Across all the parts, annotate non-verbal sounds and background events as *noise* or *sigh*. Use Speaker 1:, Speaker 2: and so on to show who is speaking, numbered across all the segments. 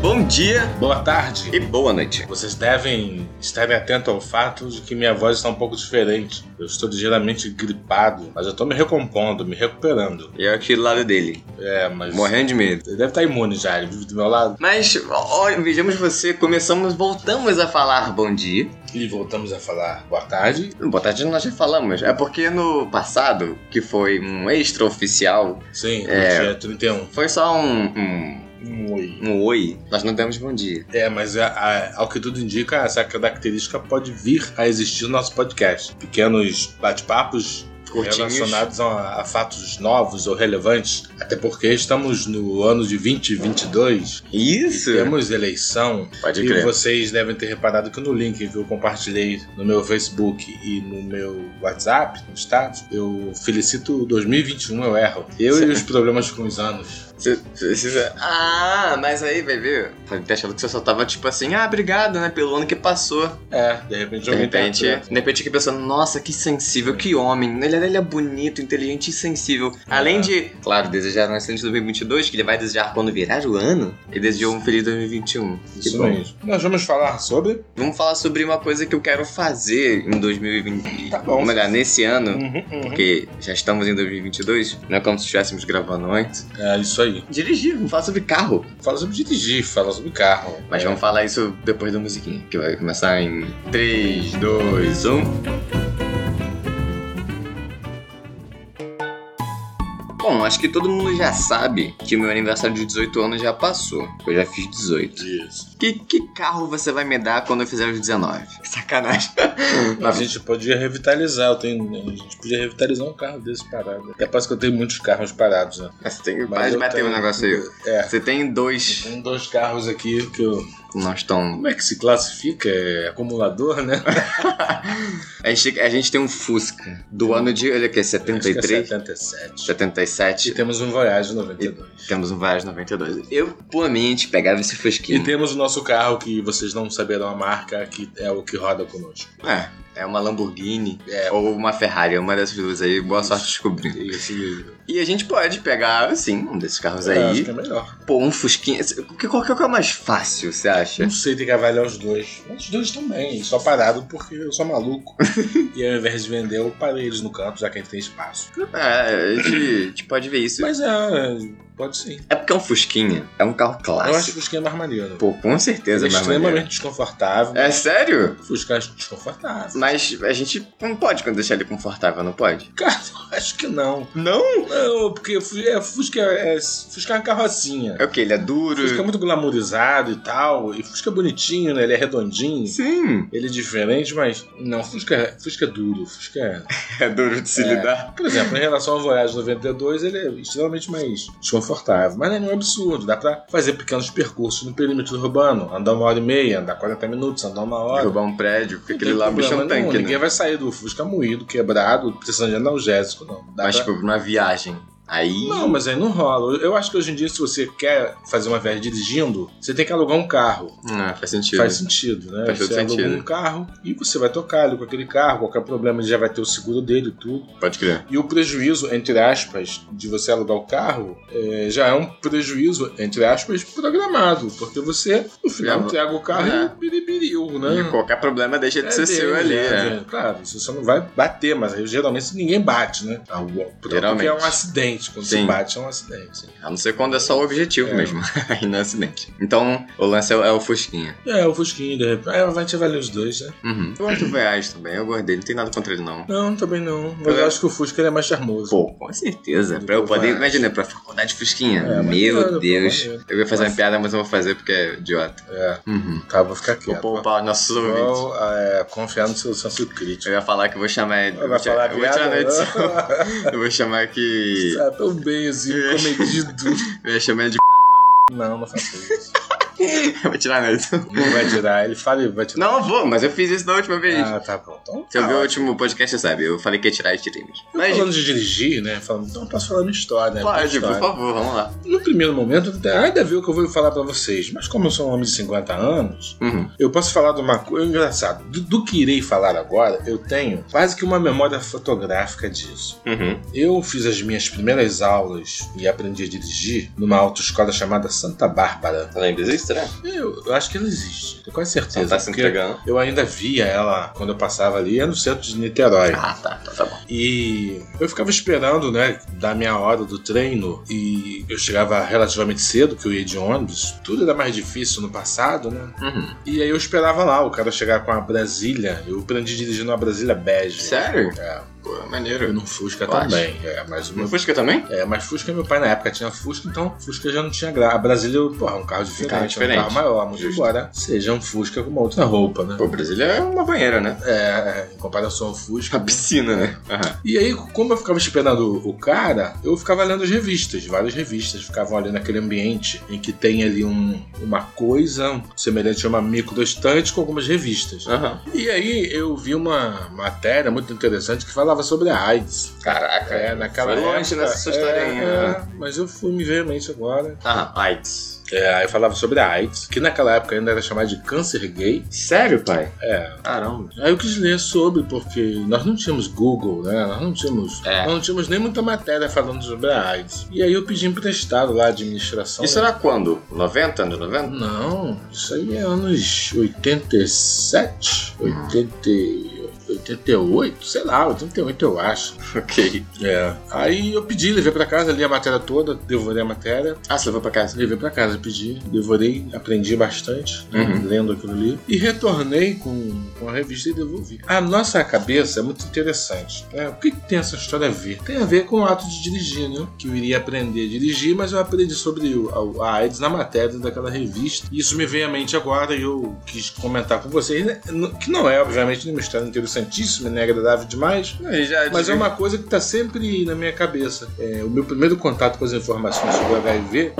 Speaker 1: bom dia
Speaker 2: Boa tarde.
Speaker 1: e boa noite.
Speaker 2: Vocês devem estarem atentos ao fato de que minha voz está um pouco diferente. Eu estou ligeiramente gripado, mas eu estou me recompondo, me recuperando.
Speaker 1: E eu aqui do lado dele,
Speaker 2: É, mas.
Speaker 1: morrendo de medo.
Speaker 2: Ele deve estar imune já, ele vive do meu lado.
Speaker 1: Mas, ó, ó, vejamos você, começamos, voltamos a falar bom dia.
Speaker 2: E voltamos a falar boa tarde.
Speaker 1: Boa tarde, nós já falamos. É porque no passado, que foi um extraoficial,
Speaker 2: Sim, no
Speaker 1: É.
Speaker 2: dia 31.
Speaker 1: foi só um, um,
Speaker 2: Um oi.
Speaker 1: um oi, nós não demos bom dia.
Speaker 2: É, mas a- a- ao que tudo indica, essa característica pode vir a existir no nosso podcast. Pequenos bate-papos
Speaker 1: Curtinhos.
Speaker 2: relacionados a, a fatos novos ou relevantes. Até porque estamos no ano de 2022,
Speaker 1: Isso?
Speaker 2: temos eleição.
Speaker 1: Pode
Speaker 2: E
Speaker 1: crer.
Speaker 2: vocês devem ter reparado que no link que eu compartilhei no meu Facebook e no meu WhatsApp, no status, eu felicito 2021, eu erro. Eu
Speaker 1: é.
Speaker 2: e os problemas com os anos.
Speaker 1: Você precisa. Ah, mas aí, bebê. Tava até achando que você só tava tipo assim, ah, obrigado, né, pelo ano que passou.
Speaker 2: É, de repente
Speaker 1: De
Speaker 2: eu me né?
Speaker 1: repente, é.
Speaker 2: interpreto.
Speaker 1: de repente fiquei pensando, nossa, que sensível, que homem. Ele, ele é bonito, inteligente e sensível. Além
Speaker 2: É.
Speaker 1: de, claro, desejar um excelente 2022, que ele vai desejar quando virar o ano, ele desejou um feliz 2021. Que
Speaker 2: Isso
Speaker 1: bom.
Speaker 2: mesmo. Nós vamos falar sobre.
Speaker 1: Vamos falar sobre uma coisa que eu quero fazer em 2020.
Speaker 2: Tá bom.
Speaker 1: Ou melhor, nesse ano.
Speaker 2: Uhum, uhum.
Speaker 1: Porque já estamos em 2022, não é como se estivéssemos gravando antes.
Speaker 2: É isso aí.
Speaker 1: Dirigir, vamos falar sobre carro.
Speaker 2: Fala sobre dirigir, fala sobre carro. É.
Speaker 1: Mas vamos falar isso depois da musiquinha, que vai começar em um. 3, 2, 1. Bom, acho que todo mundo já sabe que o meu aniversário de 18 anos já passou. Eu já fiz 18.
Speaker 2: Isso.
Speaker 1: Que, que carro você vai me dar quando eu fizer os 19? *laughs*
Speaker 2: *laughs*
Speaker 1: Sacanagem. Uhum.
Speaker 2: A gente podia revitalizar, eu tenho, a gente podia revitalizar um carro desse parado. Até parece que eu tenho muitos carros parados, né?
Speaker 1: Você tem que
Speaker 2: Mas
Speaker 1: parar de
Speaker 2: eu
Speaker 1: bater o
Speaker 2: tenho-
Speaker 1: negócio aí.
Speaker 2: É,
Speaker 1: Você tem dois
Speaker 2: tem dois carros aqui que eu...
Speaker 1: que não estão.
Speaker 2: Como é que se classifica? É acumulador, né?
Speaker 1: A gente, a gente tem um Fusca do ano de. Olha aqui,
Speaker 2: Acho que é
Speaker 1: 73,
Speaker 2: 77.
Speaker 1: 77.
Speaker 2: E temos um Voyage 92.
Speaker 1: Temos um Vários 92. Eu, por mim, a gente pegava esse
Speaker 2: E
Speaker 1: fusquinho.
Speaker 2: temos o nosso carro que vocês não saberão a marca, que é o que roda conosco.
Speaker 1: É, é uma Lamborghini ou uma Ferrari, é uma dessas duas aí. Boa sorte descobrindo.
Speaker 2: Isso.
Speaker 1: E a gente pode pegar, assim, um desses carros
Speaker 2: É, acho
Speaker 1: aí.
Speaker 2: que é melhor.
Speaker 1: Pô, um fusquinho. Que- Qual que é o que é mais fácil, você acha?
Speaker 2: Não sei, tem que avaliar os dois. Mas os dois também, só parado porque eu
Speaker 1: *laughs*
Speaker 2: sou maluco. e ao invés de vender, eu parei eles no canto, já que a gente tem espaço.
Speaker 1: É, a gente, a gente pode ver isso.
Speaker 2: Mas é, pode sim.
Speaker 1: É porque é um fusquinho. É um carro
Speaker 2: Eu acho
Speaker 1: clássico.
Speaker 2: que o Fusquinha é mais maneiro.
Speaker 1: Pô, com
Speaker 2: Ele
Speaker 1: certeza
Speaker 2: é
Speaker 1: é mais maneiro.
Speaker 2: extremamente desconfortável.
Speaker 1: É sério?
Speaker 2: O Fusca é desconfortável.
Speaker 1: Mas a gente não pode deixar ele confortável, não pode?
Speaker 2: Cara, *laughs* eu acho que não.
Speaker 1: Não?
Speaker 2: Não, porque Fu- é, Fusca é, é- Fusca é uma carrocinha.
Speaker 1: É o que? Ele é
Speaker 2: Fusca é
Speaker 1: duro?
Speaker 2: muito glamourizado e tal. E Fusca é bonitinho, né? Ele é redondinho.
Speaker 1: Sim.
Speaker 2: Ele é diferente, mas. Não, Fusca, é- Fusca é duro. Fusca é.
Speaker 1: É duro de se
Speaker 2: É.
Speaker 1: lidar.
Speaker 2: Por exemplo, em relação ao Voyage 92, ele é extremamente mais desconfortável. Mas não é nenhum absurdo. Dá pra fazer pequenos percursos no perímetro urbano. Andar uma hora e meia, andar 40 minutos, andar uma hora.
Speaker 1: Derrubar um prédio, porque
Speaker 2: Não
Speaker 1: aquele
Speaker 2: tem
Speaker 1: lá é um
Speaker 2: problema
Speaker 1: bichão
Speaker 2: nenhum.
Speaker 1: tanque, né?
Speaker 2: Ninguém vai sair do Fusca moído, quebrado, precisando de analgésico, não. Dá
Speaker 1: Mas,
Speaker 2: pra-
Speaker 1: tipo, numa viagem. Aí.
Speaker 2: Não, mas aí não rola. Eu acho que hoje em dia, se você quer fazer uma viagem dirigindo, você tem que alugar um carro.
Speaker 1: Ah, faz sentido.
Speaker 2: Faz sentido, né?
Speaker 1: Faz todo
Speaker 2: você aluga
Speaker 1: sentido.
Speaker 2: um carro e você vai tocar ele com aquele carro, qualquer problema ele já vai ter o seguro dele e tudo.
Speaker 1: Pode crer.
Speaker 2: E o prejuízo, entre aspas, de você alugar o carro é, já é um prejuízo, entre aspas, programado. Porque você, no
Speaker 1: É,
Speaker 2: final, entrega o carro
Speaker 1: é.
Speaker 2: e biribiriu, né?
Speaker 1: E qualquer problema deixa de
Speaker 2: É
Speaker 1: ser seu ali.
Speaker 2: dele, né,
Speaker 1: É.
Speaker 2: gente? Claro, você só não vai bater, mas aí, geralmente ninguém bate, né? Ah, o- Porque
Speaker 1: Geralmente.
Speaker 2: é um acidente. Quando
Speaker 1: Sim.
Speaker 2: se bate, é um acidente. sim.
Speaker 1: A não ser quando é só o objetivo
Speaker 2: É.
Speaker 1: mesmo. *laughs* Aí não é acidente. Então, o lance é, o- é o Fusquinha.
Speaker 2: É, o Fusquinha, de repente. É, a gente avalia os dois, né?
Speaker 1: Uhum. Eu gosto do Veaz também, eu gosto dele, não tem nada contra ele não.
Speaker 2: Não, também não. Mas
Speaker 1: É.
Speaker 2: eu acho que o Fusca ele é mais charmoso.
Speaker 1: Pô, com certeza. Pra eu
Speaker 2: Do
Speaker 1: poder.
Speaker 2: Veaz.
Speaker 1: Imagina, pra faculdade Fusquinha.
Speaker 2: É,
Speaker 1: Meu
Speaker 2: maneiro, pô,
Speaker 1: Deus.
Speaker 2: maneiro.
Speaker 1: Eu ia fazer uma
Speaker 2: Mas-
Speaker 1: piada, mas eu vou fazer porque é idiota.
Speaker 2: É,
Speaker 1: Uhum.
Speaker 2: tá, vou ficar
Speaker 1: Vou
Speaker 2: quieto.
Speaker 1: poupar os nossos ouvintes.
Speaker 2: Vou, é, confiar no seu senso crítico.
Speaker 1: Eu ia falar que eu vou chamar ele. É, Eu
Speaker 2: Vai
Speaker 1: vou tirar-
Speaker 2: falar
Speaker 1: eu vou tirar na edição.
Speaker 2: piada? né?
Speaker 1: *laughs*
Speaker 2: *laughs*
Speaker 1: Eu vou chamar que.
Speaker 2: Tá tão bem assim,
Speaker 1: É.
Speaker 2: comedido.
Speaker 1: *laughs* Eu ia chamar ele de.
Speaker 2: Não, não faça isso.
Speaker 1: *laughs* Eu vou tirar na edição.
Speaker 2: Não vai tirar. Ele fala e vai tirar.
Speaker 1: Não, eu vou, mas eu fiz isso da última vez.
Speaker 2: Ah, tá bom. Então,
Speaker 1: Se eu
Speaker 2: tá
Speaker 1: ver o
Speaker 2: ótimo.
Speaker 1: último podcast, você sabe. Eu falei que ia tirar e tirei mesmo.
Speaker 2: Eu
Speaker 1: Mas
Speaker 2: falando de dirigir, né? Falando, então eu posso falar minha história, né? Minha
Speaker 1: pode,
Speaker 2: história.
Speaker 1: por favor, vamos lá.
Speaker 2: No primeiro momento, não tem nada a ver o que eu vou falar pra vocês. Mas como eu sou um homem de 50 anos,
Speaker 1: Uhum.
Speaker 2: eu posso falar de uma coisa engraçada. Do, do que irei falar agora, eu tenho quase que uma memória fotográfica disso.
Speaker 1: Uhum.
Speaker 2: Eu fiz as minhas primeiras aulas e aprendi a dirigir numa autoescola chamada Santa Bárbara.
Speaker 1: Ela ainda existe, né?
Speaker 2: Eu, eu acho que ela existe, tenho quase certeza.
Speaker 1: Ela tá se
Speaker 2: porque
Speaker 1: entregando.
Speaker 2: eu ainda via ela quando eu passava ali, era no centro de Niterói.
Speaker 1: Ah, tá, tá, tá bom.
Speaker 2: E eu ficava esperando, né, da minha hora do treino. E eu chegava relativamente cedo, que eu ia de ônibus. Tudo era mais difícil no passado, né?
Speaker 1: Uhum.
Speaker 2: E aí eu esperava lá o cara chegar com a Brasília. Eu aprendi dirigindo uma Brasília bege.
Speaker 1: Sério?
Speaker 2: É,
Speaker 1: Pô, é
Speaker 2: eu
Speaker 1: maneiro.
Speaker 2: não Fusca
Speaker 1: Eu
Speaker 2: também. É, mas o
Speaker 1: No
Speaker 2: meu...
Speaker 1: Fusca também?
Speaker 2: É, mas Fusca, meu pai na época tinha Fusca, então Fusca já não tinha graça. A Brasília, porra, é um carro diferente,
Speaker 1: carro diferente.
Speaker 2: é um carro maior, muito
Speaker 1: Justo.
Speaker 2: embora seja um Fusca com uma outra roupa, né?
Speaker 1: Pô, Brasília é uma banheira, né?
Speaker 2: É, em comparação ao Fusca.
Speaker 1: Uma piscina, né? Aham.
Speaker 2: E aí, como eu ficava esperando o cara, eu ficava lendo as revistas, várias revistas, ficavam olhando aquele ambiente em que tem ali um- uma coisa semelhante a uma microestante com algumas revistas.
Speaker 1: Aham.
Speaker 2: E aí eu vi uma matéria muito interessante que falava sobre a AIDS.
Speaker 1: Caraca.
Speaker 2: É, naquela
Speaker 1: Foi longe
Speaker 2: época,
Speaker 1: nessa sua história aí,
Speaker 2: é,
Speaker 1: né?
Speaker 2: é, mas eu fui me ver à mente agora.
Speaker 1: Ah, AIDS.
Speaker 2: É, aí falava sobre a AIDS, que naquela época ainda era chamada de câncer gay.
Speaker 1: Sério, pai?
Speaker 2: É.
Speaker 1: Caramba.
Speaker 2: Aí eu quis ler sobre, porque nós não tínhamos Google, né? Nós não tínhamos.
Speaker 1: É.
Speaker 2: Nós não tínhamos nem muita matéria falando sobre a AIDS. E aí eu pedi emprestado lá a administração.
Speaker 1: Isso
Speaker 2: né?
Speaker 1: era quando? 90? Anos 90?
Speaker 2: Não, isso aí é anos 87, 80, 88, sei lá, 88 eu acho.
Speaker 1: Ok.
Speaker 2: É. Aí eu pedi, levei pra casa, li a matéria toda, devorei a matéria.
Speaker 1: Ah, você levou pra casa?
Speaker 2: Levei pra casa, pedi, devorei, aprendi bastante né,
Speaker 1: Uhum.
Speaker 2: lendo aquilo ali. E retornei com, com a revista e devolvi. A nossa cabeça é muito interessante. né? O que, que tem essa história a ver? Tem a ver com o ato de dirigir, né? Que eu iria aprender a dirigir, mas eu aprendi sobre o, a, a AIDS na matéria daquela revista. E isso me veio à mente agora e eu quis comentar com vocês. né? N- Que não é, obviamente, uma história interessantíssima, nem agradável demais.
Speaker 1: já
Speaker 2: Mas é uma coisa que está sempre na minha cabeça. É, o meu primeiro contato com as informações sobre o HIV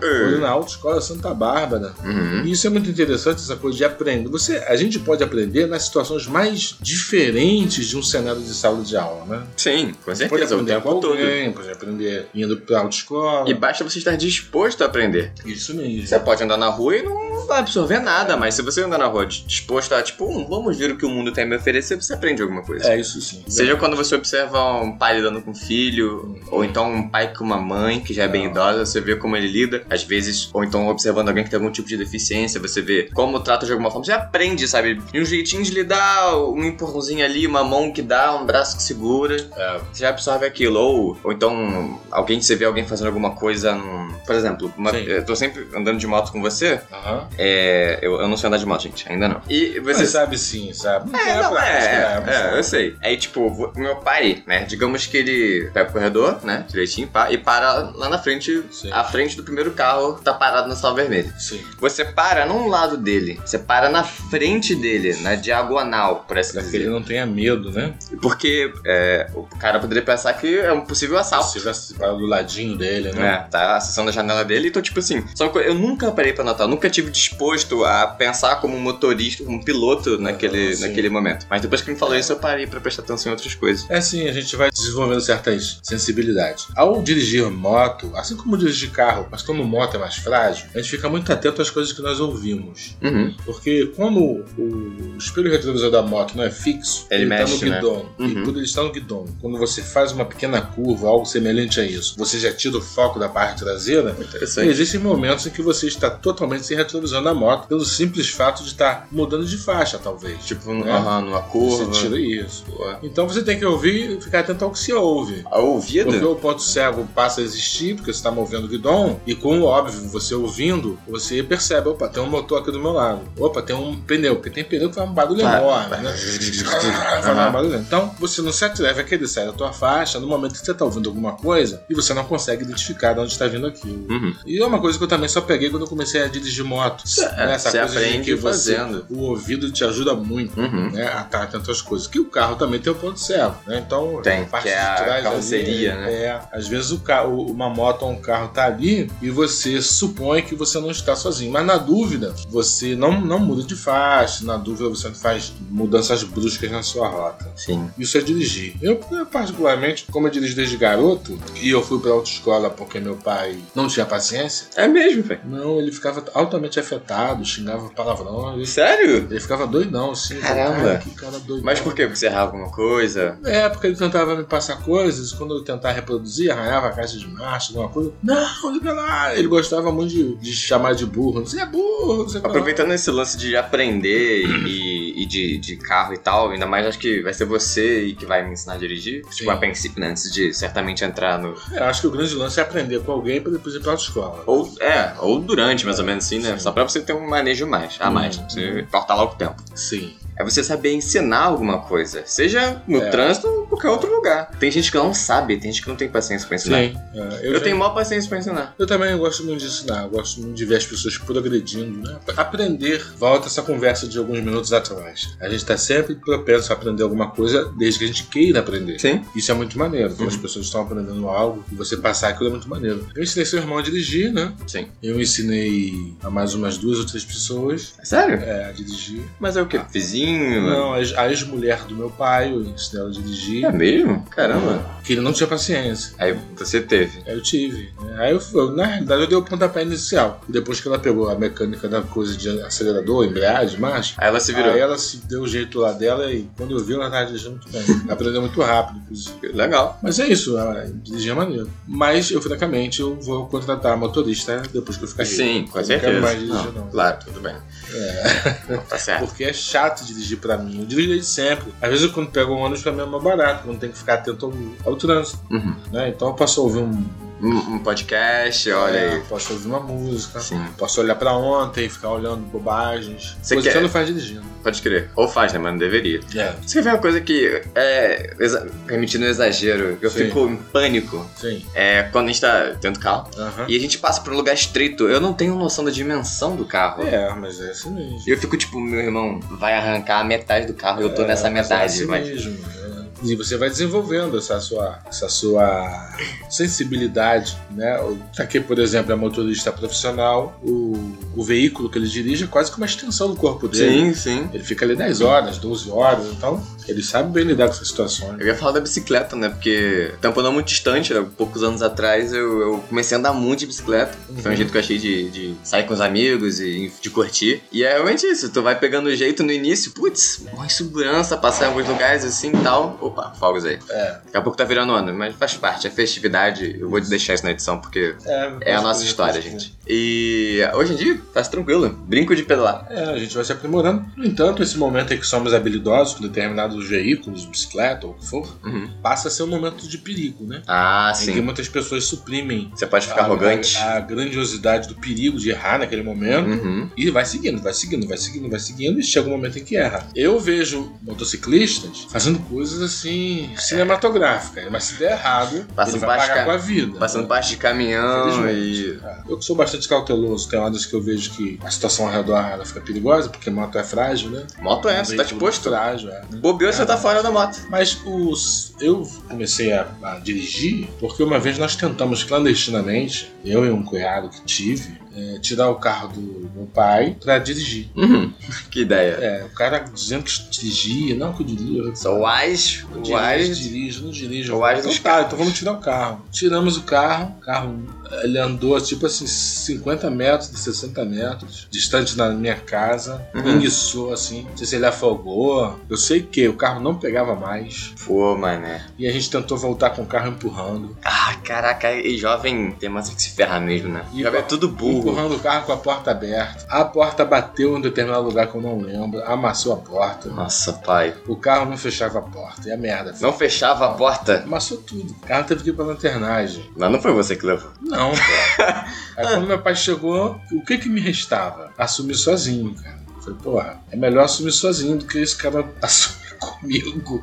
Speaker 2: foi na autoescola Santa Bárbara.
Speaker 1: Uhum.
Speaker 2: E isso é muito interessante, essa coisa de aprender. Você, a gente pode aprender nas situações mais diferentes de um cenário de sala de aula, né?
Speaker 1: Sim, com
Speaker 2: Você pode
Speaker 1: certeza, o
Speaker 2: aprender
Speaker 1: tempo
Speaker 2: com
Speaker 1: todo.
Speaker 2: alguém, pode aprender indo pra autoescola.
Speaker 1: E basta você estar disposto a aprender.
Speaker 2: Isso mesmo.
Speaker 1: Você pode andar na rua e não vai absorver nada, mas se você andar na rua disposto a, tipo, "Hum, vamos ver o que o mundo tem a me oferecer, você aprende alguma coisa.
Speaker 2: É isso sim.
Speaker 1: Seja quando você observa um pai lidando com um filho, ou então um pai com uma mãe que já é bem
Speaker 2: Não.
Speaker 1: idosa, você vê como ele lida, às vezes, ou então observando alguém que tem algum tipo de deficiência, você vê como trata de alguma forma, você aprende, sabe? E um jeitinho de lidar, um empurrãozinho ali, uma mão que dá, um braço que segura.
Speaker 2: É,
Speaker 1: Você já absorve aquilo, ou, ou então alguém, você vê alguém fazendo alguma coisa num. Por exemplo, uma-
Speaker 2: Sim.
Speaker 1: eu tô sempre andando de moto com você.
Speaker 2: aham.
Speaker 1: É, eu, eu não sei andar de moto, gente, ainda não. E você
Speaker 2: Você sabe sim, sabe?
Speaker 1: é, não, é,
Speaker 2: mas
Speaker 1: é, é, eu sei. Aí, tipo, vo- meu pai, né? Digamos que ele pega o corredor, né? Direitinho, pá, e para lá na frente,
Speaker 2: Sim.
Speaker 1: à frente do primeiro carro que tá parado no sinal vermelho.
Speaker 2: Sim.
Speaker 1: Você para num lado dele, você para na frente dele, na diagonal, por assim
Speaker 2: Pra que ele
Speaker 1: dizer.
Speaker 2: não tenha medo, né?
Speaker 1: Porque é, o cara poderia pensar que é um possível assalto.
Speaker 2: Se tivesse separado do ladinho dele, né?
Speaker 1: É, tá acessando a janela dele, então, tipo assim, só que eu nunca parei pra notar, eu nunca tive disposto a pensar como um motorista, como um piloto naquele,
Speaker 2: sim.
Speaker 1: naquele momento. Mas depois que me falou isso, eu parei pra prestar atenção em outras coisas.
Speaker 2: É assim, a gente vai desenvolvendo certas sensibilidades. Ao dirigir moto, assim como dirigir carro, mas como moto é mais frágil, a gente fica muito atento às coisas que nós ouvimos.
Speaker 1: Uhum.
Speaker 2: Porque como o espelho retrovisor da moto não é fixo,
Speaker 1: Ele
Speaker 2: está
Speaker 1: mexe,
Speaker 2: no
Speaker 1: né?
Speaker 2: guidão.
Speaker 1: Uhum.
Speaker 2: E quando ele está no guidão, quando você faz uma pequena curva, algo semelhante a isso, você já tira o foco da parte traseira,
Speaker 1: É Interessante.
Speaker 2: Existem momentos em que você está totalmente sem retrovisor na moto, pelo simples fato de estar mudando de faixa, talvez.
Speaker 1: Tipo,
Speaker 2: É.
Speaker 1: aham, numa curva.
Speaker 2: Você tira isso. Então você tem que ouvir e ficar atento ao que se ouve.
Speaker 1: A é ouvida?
Speaker 2: Porque o ponto cego passa a existir, porque você está movendo o guidão, e com o óbvio, você ouvindo, você percebe, opa, tem um motor aqui do meu lado. Opa, tem um pneu, porque tem pneu que faz um barulho
Speaker 1: Claro.
Speaker 2: enorme,
Speaker 1: *laughs*
Speaker 2: né? Faz um barulho. Então, você não se atreve a querer sair da tua faixa no momento que você está ouvindo alguma coisa e você não consegue identificar de onde está vindo aquilo.
Speaker 1: Uhum.
Speaker 2: E é uma coisa que eu também só peguei quando eu comecei a dirigir moto.
Speaker 1: É,
Speaker 2: Né? Essa
Speaker 1: você
Speaker 2: coisa de
Speaker 1: aprende
Speaker 2: que você-
Speaker 1: fazendo.
Speaker 2: O ouvido te ajuda muito.
Speaker 1: Uhum.
Speaker 2: Né, a estar atento às coisas. Que o carro também tem o ponto cego, né? Então,
Speaker 1: Tem,
Speaker 2: a parte
Speaker 1: que é
Speaker 2: de
Speaker 1: a
Speaker 2: trás ali,
Speaker 1: carroceria, né?
Speaker 2: É, às vezes o carro, uma moto ou um carro tá ali e você supõe que você não está sozinho. Mas na dúvida, você não, não muda de faixa, na dúvida você faz mudanças bruscas na sua rota.
Speaker 1: Sim.
Speaker 2: Isso é dirigir. Eu, eu, particularmente, como eu dirijo desde garoto, e eu fui pra autoescola porque meu pai não tinha paciência,
Speaker 1: É mesmo, velho.
Speaker 2: não, ele ficava altamente afetado, xingava palavrão, ele,
Speaker 1: Sério?
Speaker 2: ele ficava doidão, assim.
Speaker 1: Caramba.
Speaker 2: Cara, que cara doidão.
Speaker 1: Mas por quê? Porque você errava alguma coisa?
Speaker 2: É, porque ele tentava me passar coisas, quando eu tentava reproduzir, arranhava a caixa de marcha, alguma coisa. Não, liga lá! Ele gostava muito de, de chamar de burro. Você é burro, você
Speaker 1: Aproveitando esse lance de aprender *clears throat* e, e de, de carro e tal, ainda mais acho que vai ser você e que vai me ensinar a dirigir.
Speaker 2: Sim.
Speaker 1: Tipo, a princípio, né? Antes de certamente entrar no.
Speaker 2: Eu acho que o grande lance é aprender com alguém pra depois ir pra autoescola.
Speaker 1: Ou, é, ou durante, mais ou menos assim, né?
Speaker 2: Sim.
Speaker 1: Só pra você ter um manejo mais, a
Speaker 2: Hum,
Speaker 1: mais. pra Você cortar logo o tempo.
Speaker 2: Sim.
Speaker 1: É você saber ensinar alguma coisa. Seja no
Speaker 2: É.
Speaker 1: trânsito ou em qualquer outro lugar. Tem gente que não sabe, tem gente que não tem paciência pra ensinar.
Speaker 2: Sim. É,
Speaker 1: Eu,
Speaker 2: já-
Speaker 1: tenho maior paciência pra ensinar.
Speaker 2: Eu também gosto muito de ensinar, eu gosto muito de ver as pessoas progredindo, né? Aprender, volta essa conversa de alguns minutos atrás. A gente tá sempre propenso a aprender alguma coisa desde que a gente queira aprender.
Speaker 1: Sim.
Speaker 2: Isso é muito maneiro. Então,
Speaker 1: Uhum.
Speaker 2: As pessoas estão aprendendo algo e você passar aquilo é muito maneiro. Eu ensinei seu irmão a dirigir, né?
Speaker 1: Sim.
Speaker 2: Eu ensinei a mais umas duas ou três pessoas
Speaker 1: Sério?
Speaker 2: é, a dirigir.
Speaker 1: Mas é o quê? Vizinho?
Speaker 2: Não, a ex- a ex-mulher do meu pai, eu ensinei ela a dirigir.
Speaker 1: É mesmo? Caramba.
Speaker 2: Porque ele não tinha paciência.
Speaker 1: Aí você teve.
Speaker 2: Aí eu tive. né? Aí eu, eu, na realidade, eu dei o pontapé inicial. Depois que ela pegou a mecânica da coisa de acelerador, embreagem, marcha,
Speaker 1: Aí ela se virou.
Speaker 2: aí ela se deu o jeito lá dela e quando eu vi, ela tava dirigindo muito bem. Aprendeu muito rápido, inclusive.
Speaker 1: Legal.
Speaker 2: Mas é isso, ela dirigia maneiro. Mas eu, francamente, eu vou contratar motorista depois que eu ficar rico.
Speaker 1: Sim, com
Speaker 2: Eu
Speaker 1: certeza.
Speaker 2: Não quero mais dirigir,
Speaker 1: Não,
Speaker 2: não.
Speaker 1: Claro, tudo bem. Não, Tá certo.
Speaker 2: Porque é chato dirigir pra mim. Eu dirijo desde sempre. Às vezes, quando pego um ônibus, pra mim é mais barato. Não tem que ficar atento ao, ao trânsito,
Speaker 1: Uhum.
Speaker 2: né? Então eu posso ouvir um...
Speaker 1: Um, um podcast,
Speaker 2: É.
Speaker 1: olha aí.
Speaker 2: Posso ouvir uma música.
Speaker 1: Sim,
Speaker 2: Posso olhar pra ontem e ficar olhando bobagens.
Speaker 1: Você
Speaker 2: coisa
Speaker 1: quer?
Speaker 2: que você não faz dirigindo.
Speaker 1: pode crer. Ou faz, né? Mas não deveria.
Speaker 2: É,
Speaker 1: Você quer ver uma coisa que é. exa- Permitindo o exagero, eu
Speaker 2: Sim.
Speaker 1: fico em pânico.
Speaker 2: sim.
Speaker 1: É quando a gente tá dentro do carro
Speaker 2: Aham.
Speaker 1: e a gente passa por um lugar estreito. Eu não tenho noção da dimensão do carro.
Speaker 2: É, mas é assim mesmo.
Speaker 1: E eu fico tipo, meu irmão, vai arrancar a metade do carro e eu tô
Speaker 2: É,
Speaker 1: nessa
Speaker 2: mas é
Speaker 1: metade.
Speaker 2: assim
Speaker 1: mas...
Speaker 2: mesmo. é. E você vai desenvolvendo essa sua, essa sua sensibilidade, né? O- Aqui, por exemplo, é motorista profissional, o, o veículo que ele dirige é quase que uma extensão do corpo dele.
Speaker 1: Sim, sim.
Speaker 2: Ele fica ali 10 horas, 12 horas, então ele sabe bem lidar com essas situações.
Speaker 1: Eu ia falar da bicicleta, né? Porque tempo não muito distante, né? poucos anos atrás eu, eu comecei a andar muito de bicicleta. Foi um jeito que eu achei de, de sair com os amigos e de curtir. E é realmente isso, tu vai pegando o jeito no início, putz, uma insegurança, passar em alguns lugares assim e tal. Opa, fogos aí.
Speaker 2: É,
Speaker 1: Daqui a pouco tá virando ano, mas faz parte, é festividade. Eu vou deixar isso na edição, porque é a nossa história, gente. E hoje em dia, tá tranquilo, brinco de pedalar.
Speaker 2: É, a gente vai se aprimorando. No entanto, esse momento em que somos habilidosos com determinados veículos, bicicleta ou o que for,
Speaker 1: Uhum.
Speaker 2: passa a ser um momento de perigo, né?
Speaker 1: Ah,
Speaker 2: Em que
Speaker 1: sim.
Speaker 2: muitas pessoas suprimem
Speaker 1: Você pode ficar
Speaker 2: a-
Speaker 1: arrogante.
Speaker 2: A, a grandiosidade do perigo de errar naquele momento.
Speaker 1: Uhum.
Speaker 2: E vai seguindo, vai seguindo, vai seguindo, vai seguindo, e chega um momento em que erra. Eu vejo motociclistas fazendo coisas assim, cinematográficas, mas se der errado,
Speaker 1: É. Passando
Speaker 2: ele vai
Speaker 1: baixo
Speaker 2: pagar
Speaker 1: ca-
Speaker 2: com a vida.
Speaker 1: Passando parte de caminhão e.
Speaker 2: Infelizmente. É. Eu que sou bastante cauteloso, tem horas que eu vejo que a situação ao redor ela fica perigosa, porque moto é frágil, né?
Speaker 1: Moto é,
Speaker 2: Um
Speaker 1: você tá
Speaker 2: veículo
Speaker 1: disposto?
Speaker 2: Frágil, é.
Speaker 1: Bobeou, você tá fora da moto.
Speaker 2: Mas os, eu comecei a, a dirigir porque uma vez nós tentamos clandestinamente, eu e um cunhado que tive, é, tirar o carro do meu pai pra dirigir.
Speaker 1: Uhum. *laughs* Que ideia.
Speaker 2: É, o cara dizendo que dirigia, não que eu dirijo.
Speaker 1: Só o Ais.
Speaker 2: Não
Speaker 1: O
Speaker 2: dirijo,
Speaker 1: Ais.
Speaker 2: dirijo, não dirijo.
Speaker 1: O Ais
Speaker 2: Então
Speaker 1: dos
Speaker 2: tá, então vamos tirar o carro. Tiramos o carro, o carro ele andou tipo assim 50 metros, 60 metros, distante da minha casa,
Speaker 1: Uhum.
Speaker 2: enguiçou assim, não sei se ele afogou, eu sei que o carro não pegava mais.
Speaker 1: Pô, mané.
Speaker 2: E a gente tentou voltar com o carro empurrando.
Speaker 1: Ah, caraca, e jovem tem mais que se ferrar mesmo, né?
Speaker 2: E
Speaker 1: Jovem é
Speaker 2: pa-
Speaker 1: tudo burro.
Speaker 2: Empurrando o carro com a porta aberta. A porta bateu em determinado lugar que eu não lembro, amassou a porta.
Speaker 1: Nossa, pai.
Speaker 2: O carro não fechava a porta, e a merda.
Speaker 1: Não fechava a porta.
Speaker 2: Amassou tudo. O carro teve que ir pra lanternagem.
Speaker 1: Mas não foi você que levou.
Speaker 2: Não, pô. Aí quando meu pai chegou, o que que me restava? Assumir sozinho, cara. Eu Falei, porra, é melhor assumir sozinho do que esse cara assumir *laughs* comigo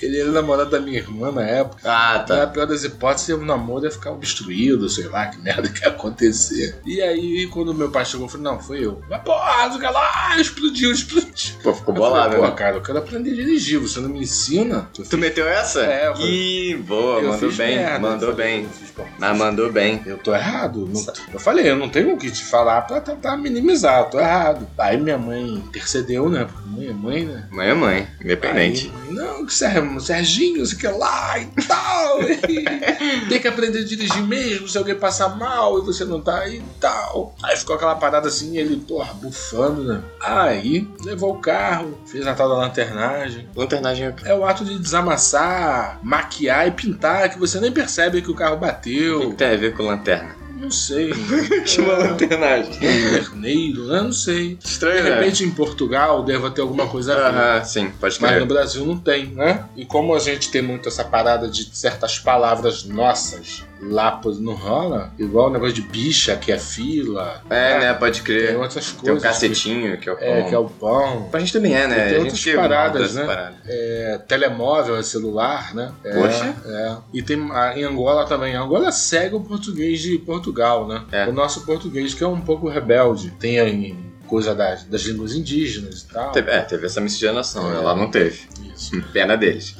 Speaker 2: Ele era namorado da minha irmã na época.
Speaker 1: Ah,
Speaker 2: Então, Na
Speaker 1: tá.
Speaker 2: pior das hipóteses, o namoro ia ficar obstruído, sei lá, que merda que ia acontecer. E aí, quando meu pai chegou, eu falei, não, foi eu. Mas porra, sei lá, explodiu, explodiu.
Speaker 1: Pô, ficou
Speaker 2: Eu falei,
Speaker 1: bolado,
Speaker 2: Pô,
Speaker 1: né?
Speaker 2: cara, eu quero aprender a dirigir, você não me ensina? Eu
Speaker 1: Tu meteu essa?
Speaker 2: É, eu
Speaker 1: Ih, boa,
Speaker 2: eu
Speaker 1: mandou
Speaker 2: fiz
Speaker 1: bem,
Speaker 2: merda.
Speaker 1: mandou
Speaker 2: Eu falei,
Speaker 1: bem.
Speaker 2: eu fiz porra.
Speaker 1: Mas mandou bem.
Speaker 2: Eu tô errado. não- eu falei, eu não tenho o que te falar pra tentar minimizar, eu tô errado. Aí minha mãe intercedeu, né? Porque mãe é mãe, né?
Speaker 1: Mãe é mãe, independente.
Speaker 2: Aí, não, que Ser- um Serginho, sei que lá e tal. e tem que aprender a dirigir mesmo, se alguém passar mal e você não tá aí e tal. Aí ficou aquela parada assim, ele, porra, bufando, né? Aí levou o carro, fez a tal da lanternagem.
Speaker 1: Lanternagem.
Speaker 2: É o ato de desamassar, maquiar e pintar, que você nem percebe que o carro
Speaker 1: O que
Speaker 2: bateu.
Speaker 1: que tem a ver com
Speaker 2: *laughs*
Speaker 1: lanterna? Ah.
Speaker 2: Não sei.
Speaker 1: Chama lanternagem.
Speaker 2: Terneiro, né? Não sei. De
Speaker 1: Estranho, né?
Speaker 2: repente em Portugal deva ter alguma coisa a ver.
Speaker 1: Aham, sim, pode
Speaker 2: Mas no
Speaker 1: crer.
Speaker 2: Brasil não tem, né? E como a gente tem muito essa parada de certas palavras nossas lá pô, não rola, igual o negócio de bicha, que é fila,
Speaker 1: É, né? Pode
Speaker 2: Ah, tem
Speaker 1: crer.
Speaker 2: outras coisas.
Speaker 1: Tem um o
Speaker 2: que-
Speaker 1: cacetinho, que é o
Speaker 2: É,
Speaker 1: pão.
Speaker 2: que é o pão.
Speaker 1: A gente também é, né?
Speaker 2: Tem
Speaker 1: a
Speaker 2: outras
Speaker 1: gente malta
Speaker 2: paradas, né?
Speaker 1: essa parada.
Speaker 2: É, telemóvel, é celular, né? É,
Speaker 1: Poxa.
Speaker 2: É. E tem a- em Angola também. A Angola segue o português de Portugal, né?
Speaker 1: É.
Speaker 2: O nosso português que é um pouco rebelde. Tem aí coisa das, das línguas indígenas e tal.
Speaker 1: Teve- é, teve essa miscigenação, ela não teve. Hum,
Speaker 2: Isso.
Speaker 1: Pena deles.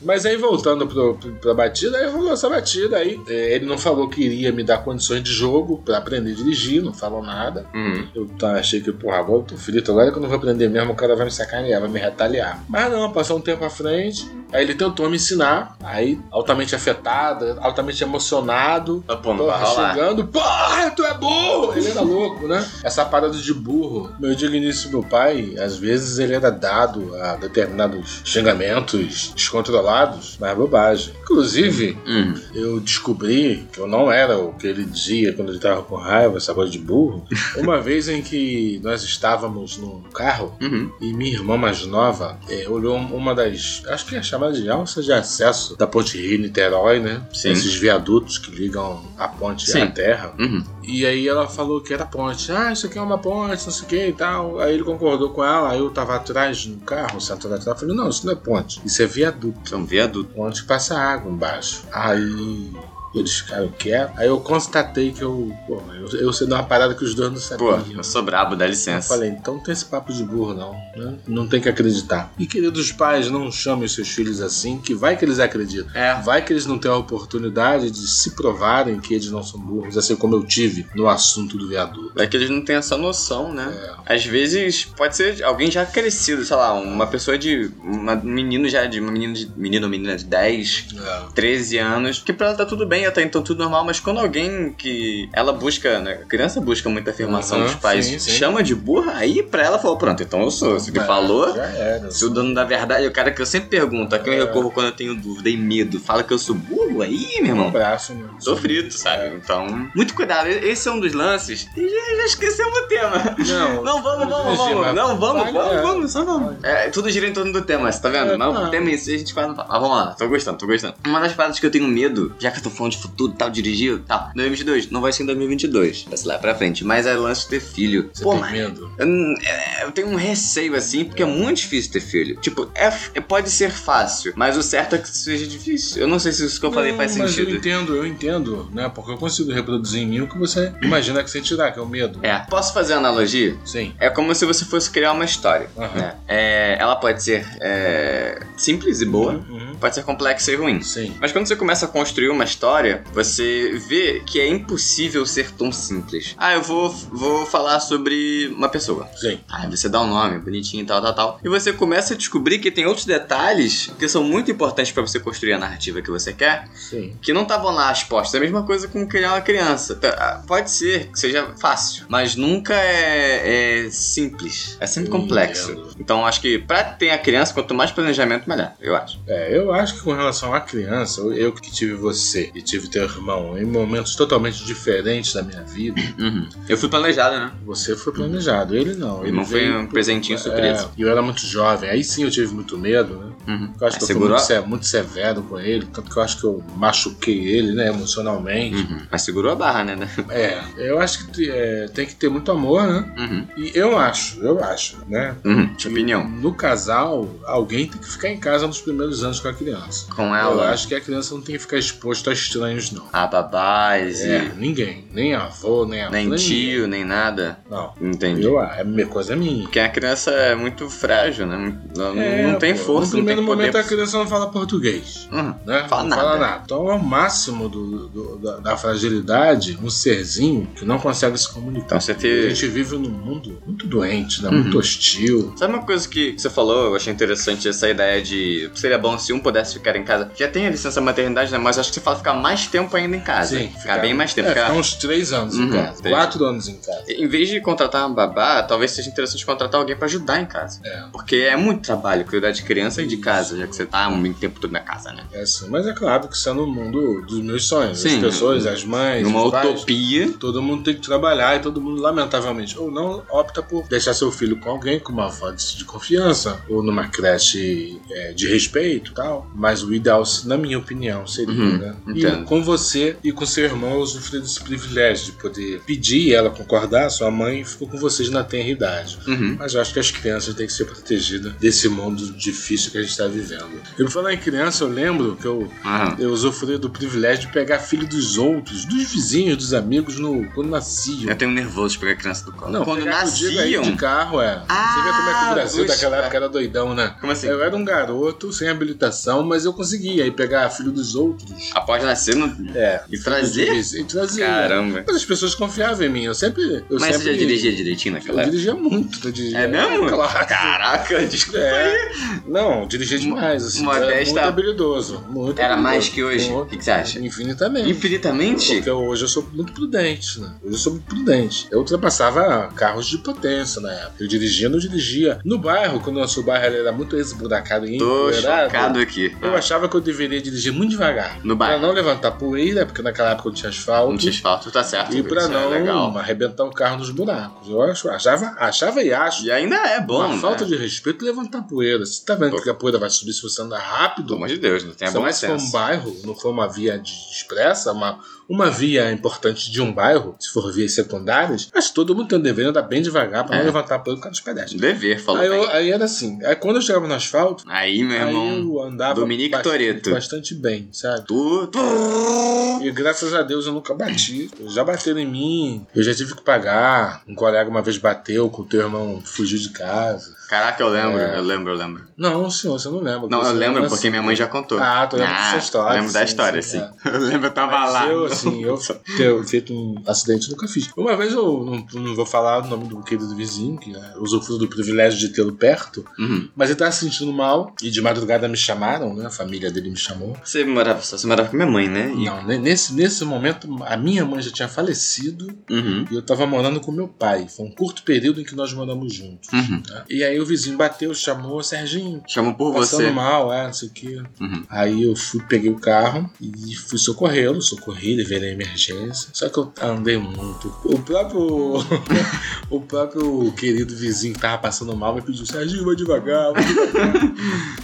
Speaker 2: Mas aí voltando pro, pro- pra batida, aí rolou essa batida aí. É, ele não falou que iria me dar condições de jogo pra aprender a dirigir, não falou nada.
Speaker 1: Uhum.
Speaker 2: Eu tá, achei que, porra, vou tô frito agora que eu não vou aprender mesmo, o cara vai me sacanear, vai me retaliar. Mas não, passou um tempo à frente, aí ele tentou me ensinar, aí altamente afetado, altamente emocionado.
Speaker 1: Ah, Pô, não vai
Speaker 2: Porra,
Speaker 1: rolar.
Speaker 2: chegando, porra, tu é burro! Ele era louco, né? Essa parada de burro. Meu digníssimo pai, às vezes ele era dado a determinados xingamentos descontrolados, mas bobagem. Inclusive,
Speaker 1: Hum.
Speaker 2: eu descobri que eu não era o que ele dizia quando ele tava com raiva, essa coisa de *laughs* burro. Uma vez em que nós estávamos num carro
Speaker 1: Uhum.
Speaker 2: e minha irmã mais nova eh, olhou uma das, acho que é chamada de alça de acesso da ponte Rio-Niterói, né?
Speaker 1: Sim.
Speaker 2: Esses viadutos que ligam a ponte
Speaker 1: Sim.
Speaker 2: à terra.
Speaker 1: Uhum.
Speaker 2: E aí ela falou que era ponte. Ah, isso aqui é uma ponte, não sei o que e tal. Aí ele concordou com ela, aí eu tava atrás no carro, sentado atrás. Eu falei, não, isso não é ponte, isso é viaduto
Speaker 1: São um viaduto.
Speaker 2: onde que passa água embaixo. Aí eles ficaram quietos. Aí eu constatei que eu, pô, eu, eu sei dar uma parada que os dois não
Speaker 1: Pô,
Speaker 2: sabiam.
Speaker 1: eu sou brabo, dá
Speaker 2: Eu
Speaker 1: licença.
Speaker 2: falei, então não tem esse papo de burro, não. né? Não tem que acreditar. E queridos pais, não chamem os seus filhos assim, que vai que eles acreditam.
Speaker 1: É.
Speaker 2: Vai que eles não têm a oportunidade de se provarem que eles não são burros, assim como eu tive no assunto do viaduto. É,
Speaker 1: É que eles não têm essa noção, né? Às vezes pode ser alguém já crescido, sei lá, uma pessoa de. Uma, um menino já de. Um menino, de, menino ou menina de 10,
Speaker 2: É.
Speaker 1: 13 anos, que pra ela tá tudo bem, até então tudo normal, mas quando alguém que. Ela busca, né? A criança busca muita afirmação
Speaker 2: Aham,
Speaker 1: dos pais,
Speaker 2: sim, É. sim.
Speaker 1: chama de burra, aí pra ela falou: pronto, então eu sou. Se ele falou.
Speaker 2: Já era.
Speaker 1: Se o dono da verdade, o cara que eu sempre pergunto, a quem eu
Speaker 2: É.
Speaker 1: recorro quando eu tenho dúvida e medo, fala que eu sou burro, aí, meu
Speaker 2: Um
Speaker 1: irmão,
Speaker 2: abraço, meu.
Speaker 1: sofrido, sabe? Então, muito cuidado. Esse é um dos lances. E já, já esquecemos o tema.
Speaker 2: Não,
Speaker 1: Não, vamos, vamos, vamos. Não, vamos, vamos, vamos, só vamos. É, tudo gira em torno do tema, você tá vendo?
Speaker 2: É,
Speaker 1: Não,
Speaker 2: claro.
Speaker 1: o tema é isso, a gente quase não fala. Mas vamos lá, tô gostando, tô gostando. Uma das paradas que eu tenho medo, já que eu tô falando de futuro, tal, dirigir, tal, 2022, não vai ser em 2022, vai ser lá pra frente, mas é lance de ter filho.
Speaker 2: Você
Speaker 1: Pô,
Speaker 2: tem
Speaker 1: mas
Speaker 2: medo?
Speaker 1: eu não- é, eu tenho um receio assim, porque é muito difícil ter filho. Tipo, é, f- é- pode ser fácil, mas o certo é que seja difícil. Eu não sei se isso que então eu falei
Speaker 2: Não,
Speaker 1: faz
Speaker 2: mas Eu
Speaker 1: sentido.
Speaker 2: entendo, eu entendo, né? Porque eu consigo reproduzir em mim o que você imagina que você tirar, que é o medo.
Speaker 1: É, posso fazer uma analogia?
Speaker 2: Sim.
Speaker 1: É como se você fosse criar uma história.
Speaker 2: Aham.
Speaker 1: Né? É, ela pode ser é, simples e boa,
Speaker 2: Uhum.
Speaker 1: pode ser complexa e ruim.
Speaker 2: Sim.
Speaker 1: Mas quando você começa a construir uma história, você vê que é impossível ser tão simples. Ah, eu vou, vou falar sobre uma pessoa.
Speaker 2: Sim.
Speaker 1: Aí você dá um nome bonitinho e tal, tal, tal. E você começa a descobrir que tem outros detalhes que são muito importantes pra você construir a narrativa que você quer,
Speaker 2: Sim.
Speaker 1: que não estavam lá expostos. É a mesma coisa com criar uma criança. Tá, ah, Pode ser que seja fácil, mas nunca é, é simples. É sempre
Speaker 2: Eu
Speaker 1: complexo.
Speaker 2: entendo.
Speaker 1: Então acho que pra ter a criança, quanto mais planejamento, melhor, eu acho.
Speaker 2: É, eu Eu acho que com relação à criança, eu- eu que tive você e tive teu irmão em momentos totalmente diferentes da minha vida,
Speaker 1: Uhum. Eu fui planejado, né?
Speaker 2: você foi planejado, ele não.
Speaker 1: Meu
Speaker 2: Ele
Speaker 1: irmão foi
Speaker 2: veio
Speaker 1: um
Speaker 2: com-
Speaker 1: presentinho surpresa.
Speaker 2: É, e eu era muito jovem, aí sim eu tive muito medo, né?
Speaker 1: Uhum.
Speaker 2: Eu acho
Speaker 1: Aí
Speaker 2: que eu fui
Speaker 1: segurou?
Speaker 2: muito, se- muito severo com ele, tanto que eu acho que eu machuquei ele, né, emocionalmente.
Speaker 1: Uhum. Mas segurou a barra, né?
Speaker 2: É, eu acho que é, tem que ter muito amor, né?
Speaker 1: Uhum.
Speaker 2: E eu acho, eu acho, né?
Speaker 1: Uhum. Sua opinião.
Speaker 2: No casal, alguém tem que ficar em casa nos primeiros anos com a criança.
Speaker 1: Com
Speaker 2: Eu
Speaker 1: ela,
Speaker 2: acho que a criança não tem que ficar exposta a estranhos, não.
Speaker 1: a babás,
Speaker 2: É,
Speaker 1: e
Speaker 2: ninguém. Nem avô, nem avô.
Speaker 1: nem tio, nem nada.
Speaker 2: Não.
Speaker 1: Entendi.
Speaker 2: É. Eu, a minha coisa é minha.
Speaker 1: Porque a criança é muito frágil, né? Ela não-
Speaker 2: É,
Speaker 1: não tem
Speaker 2: pô,
Speaker 1: força,
Speaker 2: No
Speaker 1: não tem
Speaker 2: primeiro momento
Speaker 1: poder.
Speaker 2: a criança não fala português.
Speaker 1: Uhum.
Speaker 2: Né?
Speaker 1: Fala
Speaker 2: não
Speaker 1: nada.
Speaker 2: fala nada. Então é o máximo do- do- da, da fragilidade, um serzinho que não consegue se comunicar.
Speaker 1: Então você
Speaker 2: A
Speaker 1: ter.
Speaker 2: gente vive num mundo muito doente, né?
Speaker 1: Uhum.
Speaker 2: Muito hostil.
Speaker 1: Sabe uma coisa que você falou, eu achei interessante essa ideia de seria bom se um pudesse ficar em casa. Já tem a licença maternidade, né? Mas acho que você fala ficar mais tempo ainda em casa.
Speaker 2: Sim,
Speaker 1: ficar,
Speaker 2: ficar-
Speaker 1: bem mais tempo.
Speaker 2: É,
Speaker 1: ficar-
Speaker 2: ficar uns três anos em
Speaker 1: Uhum,
Speaker 2: casa.
Speaker 1: entendi.
Speaker 2: Quatro anos em casa.
Speaker 1: Em vez de contratar uma babá, talvez seja interessante contratar alguém pra ajudar em casa.
Speaker 2: É.
Speaker 1: Porque é muito trabalho cuidar de criança e de casa, já que você tá muito tempo todo na casa, né?
Speaker 2: É assim, mas é claro que isso é no mundo dos meus sonhos.
Speaker 1: Sim.
Speaker 2: as pessoas, as mães,
Speaker 1: Numa
Speaker 2: os pais,
Speaker 1: utopia.
Speaker 2: Todo mundo tem que trabalhar e todo mundo, lamentavelmente, ou não opta por deixar seu filho com alguém, com uma avó de de confiança, ou numa creche é, de respeito e tal. Mas o ideal, na minha opinião, seria,
Speaker 1: Uhum,
Speaker 2: né?
Speaker 1: entendo.
Speaker 2: E com você e com seu irmão, eu usufruí desse privilégio de poder pedir e ela concordar, sua mãe ficou com vocês na tenra idade.
Speaker 1: Uhum.
Speaker 2: Mas eu acho que as crianças têm que ser protegidas desse mundo difícil que a gente está vivendo. E por falar em criança, eu lembro que eu
Speaker 1: Aham.
Speaker 2: eu usufruí do privilégio de pegar filho dos outros, dos vizinhos, dos amigos, no, quando nasciam.
Speaker 1: Eu tenho nervoso de pegar criança do colo. quando
Speaker 2: pegar que eu digo aí
Speaker 1: nasciam.
Speaker 2: de carro, é.
Speaker 1: Ah,
Speaker 2: Você vê como é que o Brasil
Speaker 1: puxa.
Speaker 2: daquela época era doidão, né?
Speaker 1: Como assim?
Speaker 2: Eu era um garoto sem habilitação, mas eu conseguia aí pegar filho dos outros.
Speaker 1: Após nascer não...
Speaker 2: É.
Speaker 1: e trazer?
Speaker 2: E trazer.
Speaker 1: Caramba.
Speaker 2: Mas as pessoas confiavam em mim. Eu sempre. Eu
Speaker 1: Mas
Speaker 2: sempre,
Speaker 1: você já dirigia direitinho
Speaker 2: Eu
Speaker 1: naquela época?
Speaker 2: dirigia muito. Eu dirigia,
Speaker 1: É mesmo?
Speaker 2: Claro. É.
Speaker 1: Caraca, desculpa aí.
Speaker 2: Não, eu dirigia demais. Assim, eu era
Speaker 1: Modesta-
Speaker 2: muito habilidoso. Muito
Speaker 1: Era
Speaker 2: habilidoso.
Speaker 1: mais que hoje? O
Speaker 2: Muito.
Speaker 1: que, que você acha?
Speaker 2: Infinitamente.
Speaker 1: Infinitamente?
Speaker 2: Porque eu- hoje eu sou muito prudente, né? Hoje eu sou muito prudente. Eu ultrapassava carros de potência na época. Eu dirigia, não dirigia. No bairro, quando o nosso bairro ele era muito esburacado e
Speaker 1: Tô
Speaker 2: empoeirado,
Speaker 1: chocado aqui.
Speaker 2: eu achava que eu deveria dirigir muito devagar.
Speaker 1: No
Speaker 2: Pra
Speaker 1: bairro.
Speaker 2: não levantar poeira, porque naquela época não tinha asfalto.
Speaker 1: Não te asfalto, tá certo.
Speaker 2: e pra
Speaker 1: isso é
Speaker 2: não
Speaker 1: legal.
Speaker 2: arrebentar o carro nos buracos. Eu acho- achava, achava e acho.
Speaker 1: E ainda é bom,
Speaker 2: uma
Speaker 1: né?
Speaker 2: falta de respeito levantar poeira. Você tá vendo
Speaker 1: Pô.
Speaker 2: que a poeira vai subir se você andar rápido?
Speaker 1: Pelo amor de Deus, não tem
Speaker 2: Se
Speaker 1: É bom
Speaker 2: mais for um
Speaker 1: senso.
Speaker 2: bairro, não for uma via de expressa, uma, uma via importante de um bairro, se for vias secundárias, acho que todo mundo tem o dever de andar bem devagar pra
Speaker 1: É.
Speaker 2: não levantar pelo cara dos pedestres.
Speaker 1: um Dever, falou
Speaker 2: Aí, eu-
Speaker 1: bem.
Speaker 2: aí era assim, aí quando eu chegava no asfalto,
Speaker 1: Aí, meu
Speaker 2: aí
Speaker 1: irmão,
Speaker 2: eu andava
Speaker 1: Dominique
Speaker 2: bastante,
Speaker 1: Toretto.
Speaker 2: bastante bem, sabe?
Speaker 1: tu... tu-
Speaker 2: E graças a Deus eu nunca bati. Já bateram em mim, eu já tive que pagar. Um colega uma vez bateu com o teu irmão fugiu de casa.
Speaker 1: Caraca, eu lembro,
Speaker 2: É.
Speaker 1: eu lembro, eu lembro.
Speaker 2: Não, senhor, você não lembra.
Speaker 1: Não,
Speaker 2: você
Speaker 1: eu lembro
Speaker 2: lembra
Speaker 1: porque
Speaker 2: assim.
Speaker 1: minha mãe já contou.
Speaker 2: Ah, tô lembrando
Speaker 1: Ah,
Speaker 2: dessa história.
Speaker 1: lembro da história, sim.
Speaker 2: é.
Speaker 1: *laughs* Eu lembro, eu tava
Speaker 2: Mas
Speaker 1: lá.
Speaker 2: Eu, assim, eu ter feito um acidente nunca fiz. Uma vez eu não, não vou falar o nome do querido vizinho, que né, usufruiu do privilégio de tê-lo perto,
Speaker 1: Uhum.
Speaker 2: mas ele tava se sentindo mal e de madrugada me chamaram, né? A família dele me chamou.
Speaker 1: Você morava só, você morava com minha mãe, né? E-
Speaker 2: Não, ne- nesse, nesse momento a minha mãe já tinha falecido
Speaker 1: Uhum.
Speaker 2: e eu tava morando com meu pai. Foi um curto período em que nós moramos juntos.
Speaker 1: Uhum.
Speaker 2: né? E aí o vizinho bateu, chamou, Serginho,
Speaker 1: Chamou por
Speaker 2: passando
Speaker 1: você.
Speaker 2: mal, é, não sei o quê.
Speaker 1: Uhum.
Speaker 2: Aí eu fui, peguei o carro e fui socorrê-lo, socorri, levei ele à emergência. Só que eu andei muito. O próprio. *laughs* o próprio querido vizinho que tava passando mal me pediu: Serginho, vai devagar, vai devagar.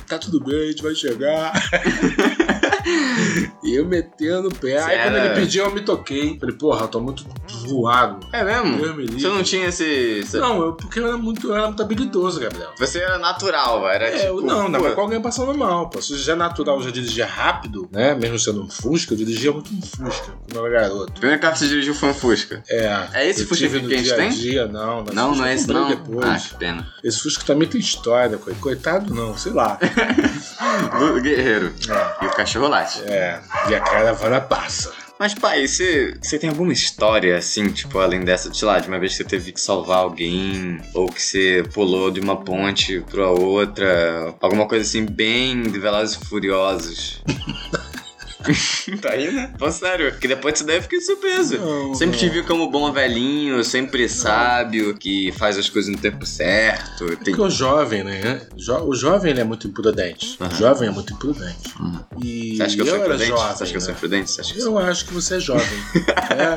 Speaker 2: tá tudo bem, a gente vai chegar. *laughs* E eu metendo o pé.
Speaker 1: Você
Speaker 2: Aí quando
Speaker 1: era-
Speaker 2: ele pediu, eu me toquei. Falei, porra, eu tô muito zoado.
Speaker 1: É mesmo?
Speaker 2: Deus me
Speaker 1: Você
Speaker 2: livre.
Speaker 1: não tinha esse. esse-
Speaker 2: Não, eu, porque eu era, muito, eu era muito habilidoso, Gabriel.
Speaker 1: Você era natural, era
Speaker 2: É,
Speaker 1: tipo.
Speaker 2: eu- não, dá
Speaker 1: pô,
Speaker 2: pra com alguém passando mal, pô. Se já é natural, eu já dirigia rápido, né? Mesmo sendo um Fusca, eu dirigia muito um Fusca quando eu era
Speaker 1: O
Speaker 2: garoto.
Speaker 1: primeiro carro que você dirigiu foi um Fusca.
Speaker 2: É.
Speaker 1: É esse
Speaker 2: eu
Speaker 1: Fusca
Speaker 2: tive
Speaker 1: que
Speaker 2: no
Speaker 1: a gente
Speaker 2: dia
Speaker 1: tem?
Speaker 2: A dia, não, mas
Speaker 1: Não,
Speaker 2: Fusca
Speaker 1: não é
Speaker 2: eu
Speaker 1: esse
Speaker 2: comprei
Speaker 1: não. Ah,
Speaker 2: Depois.
Speaker 1: que pena.
Speaker 2: Esse Fusca também tem história, co- coitado não, sei lá.
Speaker 1: Lu- Guerreiro. E o cachorro late.
Speaker 2: É, e a caravana passa.
Speaker 1: Mas, pai, você, você tem alguma história, assim, tipo, além dessa, sei lá, de uma vez que você teve que salvar alguém, ou que você pulou de uma ponte
Speaker 2: *laughs*
Speaker 1: pra outra, alguma coisa assim, bem de Velozes e Furiosos? tá aí, né? Pô, sério. Porque depois disso daí eu fiquei surpreso.
Speaker 2: Não,
Speaker 1: sempre
Speaker 2: não.
Speaker 1: te vi como bom velhinho, sempre sábio, que faz as coisas no tempo certo. Tem...
Speaker 2: Porque o jovem, né? Jo- o jovem ele é muito imprudente.
Speaker 1: Aham.
Speaker 2: O jovem é muito imprudente.
Speaker 1: Uhum.
Speaker 2: E
Speaker 1: Você acha que eu sou
Speaker 2: era
Speaker 1: imprudente?
Speaker 2: jovem.
Speaker 1: Você acha que eu sou
Speaker 2: né?
Speaker 1: imprudente? Você acha que eu sou...
Speaker 2: Eu acho que você
Speaker 1: *laughs*
Speaker 2: é jovem.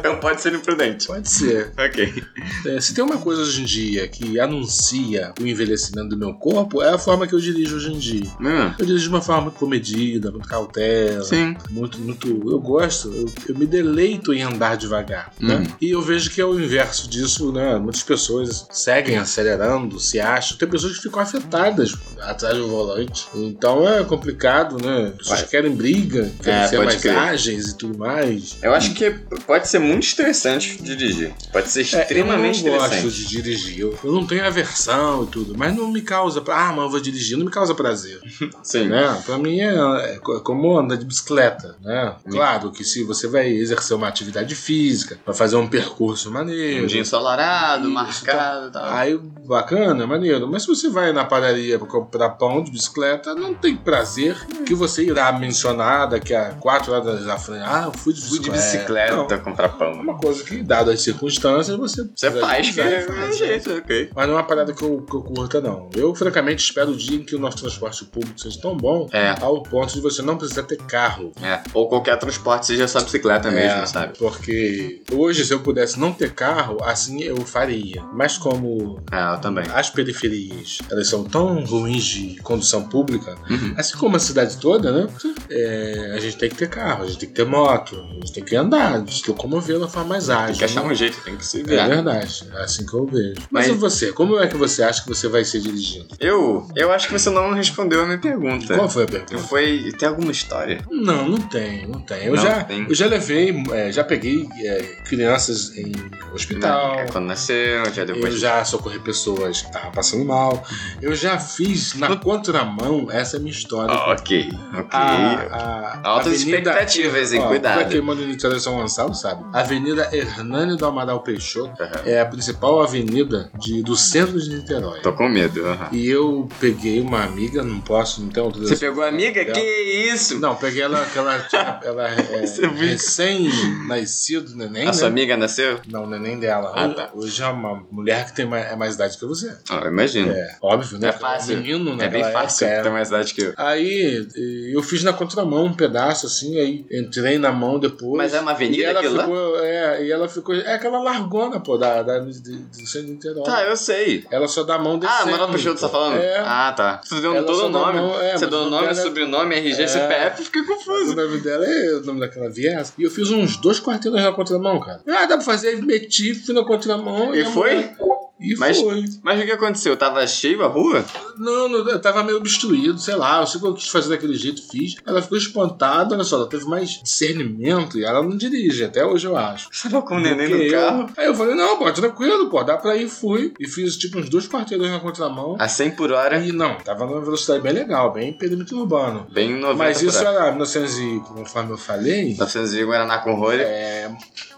Speaker 2: É,
Speaker 1: Eu pode ser imprudente.
Speaker 2: pode ser.
Speaker 1: Ok.
Speaker 2: É, se tem uma coisa hoje em dia que anuncia o envelhecimento do meu corpo, é a forma que eu dirijo hoje em dia.
Speaker 1: Hum,
Speaker 2: Eu dirijo de uma forma muito comedida, muito cautela.
Speaker 1: Sim.
Speaker 2: Muito, muito. Eu gosto, eu, eu me deleito em andar devagar. né?
Speaker 1: Uhum.
Speaker 2: E eu vejo que é o inverso disso, né? Muitas pessoas seguem acelerando, se acham. Tem pessoas que ficam afetadas atrás do volante. Então é complicado, né? Pessoas
Speaker 1: Vai.
Speaker 2: querem briga, querem
Speaker 1: É,
Speaker 2: ser
Speaker 1: pode
Speaker 2: mais
Speaker 1: crer.
Speaker 2: ágeis e tudo mais.
Speaker 1: Eu acho que pode ser muito estressante dirigir. Pode ser
Speaker 2: É,
Speaker 1: extremamente
Speaker 2: eu não gosto
Speaker 1: estressante.
Speaker 2: de dirigir. Eu, eu não tenho aversão e tudo, mas não me causa. pra- Ah, mas eu vou dirigir, não me causa prazer.
Speaker 1: Sim.
Speaker 2: né? Pra mim é, é co- como andar de bicicleta, né?
Speaker 1: Sim.
Speaker 2: Claro que se você vai exercer uma atividade física, vai fazer um percurso maneiro.
Speaker 1: Um dia ensolarado,
Speaker 2: Isso,
Speaker 1: marcado e tal.
Speaker 2: Aí, bacana, maneiro. Mas se você vai na padaria pra comprar pão de bicicleta, não tem prazer que você irá mencionar daqui a quatro horas da frente. Ah, eu fui de
Speaker 1: Fui de
Speaker 2: bicicleta.
Speaker 1: bicicleta comprar
Speaker 2: Não, é
Speaker 1: pão.
Speaker 2: uma coisa que, dadas as circunstâncias, você
Speaker 1: Você
Speaker 2: precisa
Speaker 1: faz, que
Speaker 2: realizar
Speaker 1: é
Speaker 2: e faz,
Speaker 1: é
Speaker 2: né?
Speaker 1: jeito, ok.
Speaker 2: Mas não é uma parada que eu, que eu curta, não. Eu, francamente, espero o dia em que o nosso transporte público seja tão bom
Speaker 1: É.
Speaker 2: ao ponto de você não precisar ter carro.
Speaker 1: É. Ou qualquer transporte, seja só bicicleta mesmo,
Speaker 2: É,
Speaker 1: sabe?
Speaker 2: Porque hoje, se eu pudesse não ter carro, assim eu faria. Mas como
Speaker 1: É, eu também.
Speaker 2: as periferias elas são tão ruins de condução pública,
Speaker 1: Uhum.
Speaker 2: assim como a cidade toda, né? É, a gente tem que ter carro, a gente tem que ter moto, a gente tem que andar, a gente tem que locomover da forma mais ágil.
Speaker 1: Tem que achar
Speaker 2: né?
Speaker 1: um jeito, tem que se
Speaker 2: É
Speaker 1: virar.
Speaker 2: verdade, é assim que eu vejo.
Speaker 1: Mas-
Speaker 2: Mas, e você, como é que você acha que você vai ser dirigindo?
Speaker 1: Eu, eu acho que você não respondeu a minha pergunta.
Speaker 2: Qual foi a pergunta?
Speaker 1: Foi. Tem alguma história?
Speaker 2: Não, não tem, não tem. Eu,
Speaker 1: Não
Speaker 2: já,
Speaker 1: tem.
Speaker 2: eu já levei, é, já peguei é, crianças em hospital.
Speaker 1: É quando nasceu, já depois.
Speaker 2: Então. Eu já socorri pessoas que estavam passando mal. Eu já fiz na contramão, essa é a minha história.
Speaker 1: Ah, ok, ok.
Speaker 2: A- a-
Speaker 1: Altas
Speaker 2: Avenida-
Speaker 1: expectativas, hein?
Speaker 2: Ó, é
Speaker 1: Cuidado.
Speaker 2: Pra quem mora em Niterói São Gonçalo, sabe? Avenida Hernani do Amaral Peixoto
Speaker 1: Aham.
Speaker 2: é a principal avenida de- do centro de Niterói.
Speaker 1: Tô com medo. aham.
Speaker 2: E eu peguei uma amiga, não posso, não tenho
Speaker 1: Você pegou a amiga?
Speaker 2: Dela.
Speaker 1: Que isso?
Speaker 2: Não, peguei ela que ela, tinha- ela
Speaker 1: *laughs*
Speaker 2: é
Speaker 1: Você viu?
Speaker 2: recém-nascido, neném,
Speaker 1: a
Speaker 2: né?
Speaker 1: sua amiga nasceu?
Speaker 2: Não, neném dela.
Speaker 1: Ah, tá.
Speaker 2: Hoje é uma mulher que tem mais, é mais idade que você.
Speaker 1: Ah, eu imagino.
Speaker 2: É, óbvio, né?
Speaker 1: É fácil.
Speaker 2: Menino,
Speaker 1: É,
Speaker 2: né?
Speaker 1: bem fácil,
Speaker 2: Época,
Speaker 1: tem
Speaker 2: era.
Speaker 1: mais idade que eu.
Speaker 2: Aí eh, eu fiz na contramão um pedaço assim, aí entrei na mão depois.
Speaker 1: Mas é uma avenida
Speaker 2: e ela
Speaker 1: aquilo lá?
Speaker 2: ficou, É, e ela ficou. É aquela largona, pô, da, da, de, de Centro de Niterói.
Speaker 1: Tá, eu sei.
Speaker 2: Ela só dá a mão descendo.
Speaker 1: Ah, Manuel Peixoto tá falando?
Speaker 2: É.
Speaker 1: Ah, tá. Você deu
Speaker 2: Ela
Speaker 1: todo
Speaker 2: só
Speaker 1: o
Speaker 2: dá
Speaker 1: nome.
Speaker 2: mão,
Speaker 1: você
Speaker 2: é, mas
Speaker 1: deu
Speaker 2: o
Speaker 1: nome,
Speaker 2: cara-
Speaker 1: sobrenome, RG,
Speaker 2: É.
Speaker 1: CPF, fiquei
Speaker 2: Mas
Speaker 1: confuso.
Speaker 2: O nome dela é o nome daquela viés. E eu fiz uns dois quarteirões na contramão, cara. Ah, dá pra fazer, meti, fui na contramão.
Speaker 1: E
Speaker 2: a
Speaker 1: foi?
Speaker 2: mulher- E
Speaker 1: Mas-
Speaker 2: foi.
Speaker 1: Mas o que aconteceu? Tava cheio a rua? *laughs*
Speaker 2: Não, não, eu tava meio obstruído, sei lá. Eu sei que eu quis fazer daquele jeito, fiz. Ela ficou espantada, olha só, ela teve mais discernimento e ela não dirige, até hoje eu acho.
Speaker 1: Você tava com um
Speaker 2: Do
Speaker 1: neném
Speaker 2: que
Speaker 1: no
Speaker 2: eu.
Speaker 1: carro?
Speaker 2: Aí eu falei, não, pô, tranquilo, pô, dá pra ir, fui. E fiz tipo uns dois quarteirões na contramão.
Speaker 1: A 100 por hora,
Speaker 2: E não, tava numa velocidade bem legal, bem perímetro urbano.
Speaker 1: bem 90
Speaker 2: Mas
Speaker 1: por
Speaker 2: isso
Speaker 1: hora.
Speaker 2: era 1900 e, conforme eu falei,
Speaker 1: Tá fazendo Zigo Guaraná com rolha?
Speaker 2: é,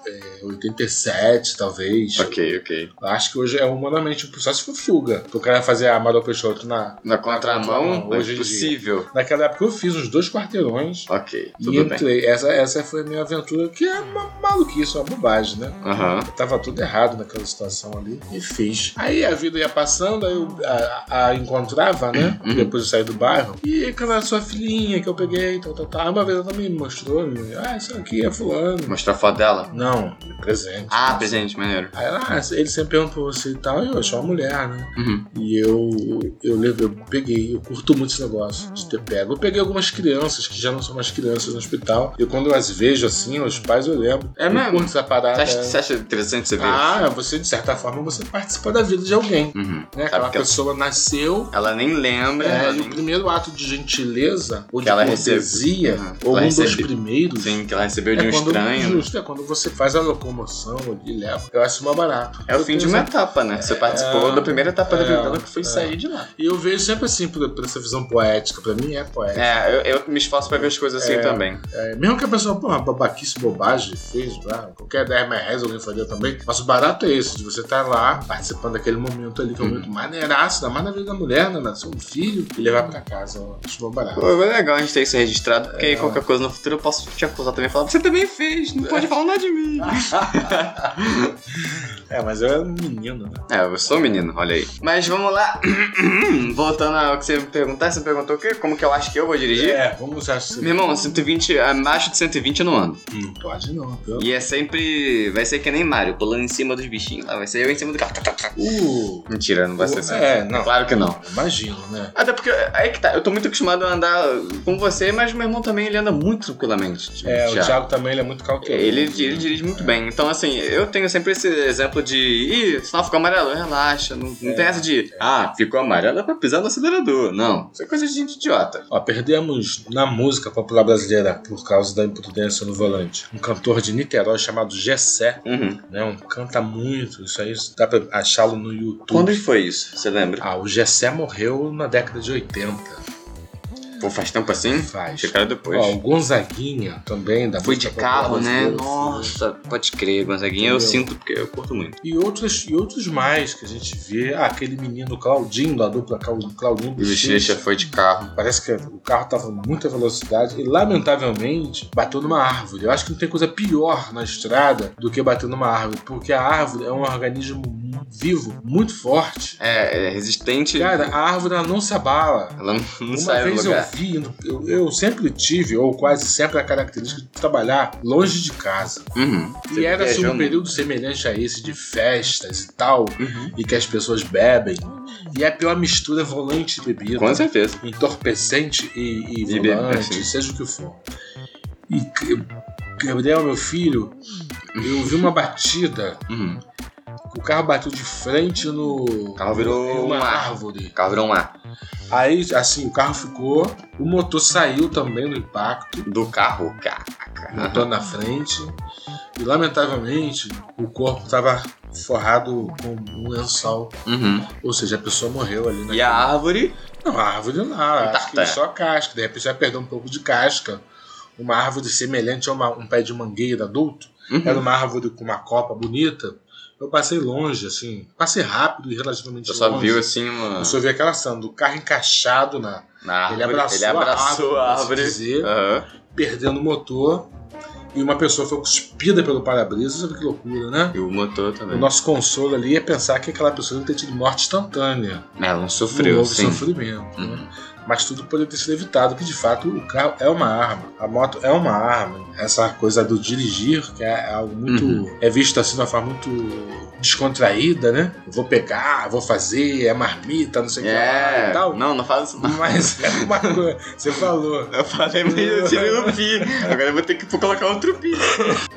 Speaker 2: é 87, talvez.
Speaker 1: Ok, ok.
Speaker 2: Acho que hoje é humanamente impossível, só se for fuga. Pro cara fazer a Amaro Peixoto na...
Speaker 1: Na contramão,
Speaker 2: Hoje
Speaker 1: é
Speaker 2: em
Speaker 1: possível.
Speaker 2: Naquela época eu fiz uns dois quarteirões.
Speaker 1: Ok,
Speaker 2: e
Speaker 1: tudo bem.
Speaker 2: entrei. Essa, essa foi a minha aventura, que é uma maluquice, uma bobagem, né?
Speaker 1: Aham.
Speaker 2: Tava tudo errado naquela situação ali. E fiz. Aí a vida ia passando, aí eu a, a encontrava, né?
Speaker 1: Uhum.
Speaker 2: Depois eu saí do bairro. E aquela sua filhinha que eu peguei, tal, tal, tal. Uma vez ela me mostrou, me, ah, isso aqui é fulano.
Speaker 1: Mostrar a foto dela.
Speaker 2: Não, me presente.
Speaker 1: Ah, presente, maneiro.
Speaker 2: Aí ela, ah, ele sempre pergunta pra você e tal, e eu achei uma mulher, né?
Speaker 1: Uhum.
Speaker 2: E eu, eu levei, eu peguei, eu curto muito esse negócio de ter pego. Eu peguei algumas crianças que já não são mais crianças no hospital. E quando eu as vejo assim, os pais eu lembro.
Speaker 1: É
Speaker 2: Eu
Speaker 1: mesmo?
Speaker 2: curto essa parada.
Speaker 1: Você acha, você acha interessante você ver?
Speaker 2: Ah, você, de certa forma, você participa da vida de alguém.
Speaker 1: Uhum. Sabe
Speaker 2: Né? Aquela
Speaker 1: que ela-
Speaker 2: pessoa nasceu.
Speaker 1: Ela nem lembra.
Speaker 2: É,
Speaker 1: ela
Speaker 2: e o
Speaker 1: nem...
Speaker 2: primeiro ato de gentileza, ou
Speaker 1: Que
Speaker 2: de
Speaker 1: ela recebe.
Speaker 2: cortesia,
Speaker 1: Uhum.
Speaker 2: ou
Speaker 1: Ela
Speaker 2: um dos
Speaker 1: recebe.
Speaker 2: primeiros,
Speaker 1: Sim, que ela recebeu de
Speaker 2: é
Speaker 1: um
Speaker 2: quando,
Speaker 1: estranho.
Speaker 2: justo, é quando você faz a locomoção e leva. Eu acho mais barato.
Speaker 1: É o fim de uma
Speaker 2: mês.
Speaker 1: etapa, né? Você participou
Speaker 2: É,
Speaker 1: da primeira etapa da
Speaker 2: é,
Speaker 1: vida dela que foi
Speaker 2: é.
Speaker 1: sair de lá.
Speaker 2: E eu vejo sempre assim, por, por essa visão poética. Pra mim é poética.
Speaker 1: É, eu, eu me esforço pra ver as coisas assim
Speaker 2: É.
Speaker 1: também.
Speaker 2: É, mesmo que a pessoa, porra, babaquice, bobagem, fez, lá, qualquer 10 mais reais alguém faria também. Mas o barato é esse, de você estar lá participando daquele momento ali, que é um
Speaker 1: Uhum.
Speaker 2: momento maneiraço, da mais na vida da mulher, né? Nasceu um filho e levar pra casa. Eu acho mó barato.
Speaker 1: Pô, é legal a gente ter isso registrado, porque aí
Speaker 2: É.
Speaker 1: qualquer coisa no futuro eu posso te acusar também e falar, você também fez, não pode falar nada de
Speaker 2: *laughs*
Speaker 1: mim.
Speaker 2: É, mas eu era um menino, né?
Speaker 1: É, eu sou um menino, olha aí. Mas vamos lá, *clears throat* voltando ao que você me perguntar, você me perguntou o quê? Como que eu acho que eu vou dirigir?
Speaker 2: É, vamos usar assim.
Speaker 1: Meu irmão, 120, abaixo é, de 120 eu não ando.
Speaker 2: Não pode não. viu?
Speaker 1: E é sempre. Vai ser que nem Mario, pulando em cima dos bichinhos lá, vai ser eu em cima do carro. *laughs*
Speaker 2: O...
Speaker 1: Mentira, não vai ser assim.
Speaker 2: É, não.
Speaker 1: Claro que não.
Speaker 2: Imagino, né?
Speaker 1: Até porque, aí que tá, eu tô muito acostumado a andar com você, mas meu irmão também ele anda muito tranquilamente.
Speaker 2: É, o
Speaker 1: Thiago.
Speaker 2: Thiago também ele é muito cauteloso.
Speaker 1: Ele, ele dirige muito bem. Então, assim, eu tenho sempre esse exemplo de. Ih, sinal ficou amarelo, relaxa. Não, não
Speaker 2: É,
Speaker 1: tem essa de. Ah, ficou amarelo é pra pisar no acelerador. Não. Isso é coisa de gente idiota.
Speaker 2: Ó, perdemos na música popular brasileira por causa da imprudência no volante. Um cantor de Niterói chamado Gessé,
Speaker 1: Uhum.
Speaker 2: né? Um canta muito, isso aí dá pra achá-lo no YouTube.
Speaker 1: Quando foi isso? Você lembra?
Speaker 2: Ah, o Gessé morreu na década de 80.
Speaker 1: Pô, faz tempo assim?
Speaker 2: Faz.
Speaker 1: Chegaram depois.
Speaker 2: Ó, o Gonzaguinha também da
Speaker 1: Fui de
Speaker 2: música
Speaker 1: carro,
Speaker 2: popular
Speaker 1: né?
Speaker 2: brasileira.
Speaker 1: Nossa, pode crer, Gonzaguinha. Eu
Speaker 2: tá Entendeu?
Speaker 1: sinto porque eu curto muito.
Speaker 2: E outros, e outros mais que a gente vê. Ah, aquele menino Claudinho, da dupla Clau-
Speaker 1: E
Speaker 2: Claudinho do
Speaker 1: o Xixa
Speaker 2: Xixa.
Speaker 1: foi de carro.
Speaker 2: Parece que o carro tava com muita velocidade e, lamentavelmente, bateu numa árvore. Eu acho que não tem coisa pior na estrada do que bater numa árvore, porque a árvore é um organismo mu- vivo, muito forte.
Speaker 1: É, é resistente.
Speaker 2: Cara, a árvore ela não se abala.
Speaker 1: Ela não, não
Speaker 2: Uma
Speaker 1: sai do
Speaker 2: vez eu
Speaker 1: lugar.
Speaker 2: vi, eu, eu sempre tive, ou quase sempre, a característica de trabalhar longe de casa.
Speaker 1: Uhum.
Speaker 2: e
Speaker 1: Você
Speaker 2: era assim, um
Speaker 1: viajando.
Speaker 2: período semelhante a esse de festas e tal,
Speaker 1: Uhum.
Speaker 2: e que as pessoas bebem. E a pior mistura é volante e bebida
Speaker 1: Com certeza.
Speaker 2: entorpecente e, e
Speaker 1: E bem,
Speaker 2: volante,
Speaker 1: assim.
Speaker 2: seja o que for. E C- Gabriel, meu filho, eu vi uma batida.
Speaker 1: Uhum.
Speaker 2: O carro bateu de frente no. O
Speaker 1: carro virou
Speaker 2: uma
Speaker 1: um ar.
Speaker 2: árvore.
Speaker 1: Carro virou um ar.
Speaker 2: Aí, assim, o carro ficou. O motor saiu também no impacto.
Speaker 1: Do carro, cara.
Speaker 2: O motor na frente. E lamentavelmente, o corpo estava forrado com um lençol.
Speaker 1: Uhum.
Speaker 2: Ou seja, a pessoa morreu ali na
Speaker 1: E a árvore.
Speaker 2: Não, a árvore não. Acho
Speaker 1: tá.
Speaker 2: que só casca. De repente vai perder um pouco de casca. Uma árvore semelhante a uma- um pé de mangueira adulto.
Speaker 1: Uhum.
Speaker 2: Era uma árvore com uma copa bonita. Eu passei longe, assim. Passei rápido e relativamente
Speaker 1: Eu só
Speaker 2: longe.
Speaker 1: viu assim uma.
Speaker 2: Eu só vi aquela cena do carro encaixado na...
Speaker 1: Na árvore.
Speaker 2: Ele abraçou,
Speaker 1: ele abraçou a árvore.
Speaker 2: por assim dizer,
Speaker 1: Aham.
Speaker 2: perdendo o motor. E uma pessoa foi cuspida pelo para-brisa. Sabe que loucura, né?
Speaker 1: E o motor
Speaker 2: O
Speaker 1: também.
Speaker 2: nosso consolo ali é pensar que aquela pessoa deve ter tido morte instantânea.
Speaker 1: Ela não
Speaker 2: não
Speaker 1: sofreu,
Speaker 2: houve
Speaker 1: sim.
Speaker 2: sofrimento. né?
Speaker 1: Uhum.
Speaker 2: mas tudo poderia ter sido evitado, que de fato o carro é uma arma, a moto é uma arma. Essa coisa do dirigir, que é algo muito.
Speaker 1: Uhum.
Speaker 2: é visto assim de uma forma muito descontraída, né? Vou pegar, vou fazer, é marmita, não sei o que lá
Speaker 1: É.
Speaker 2: e tal.
Speaker 1: Não, não faz isso não.
Speaker 2: Mas é uma coisa. Você falou.
Speaker 1: Eu falei, mas eu tirei o pi. Agora eu vou ter que colocar outro pi.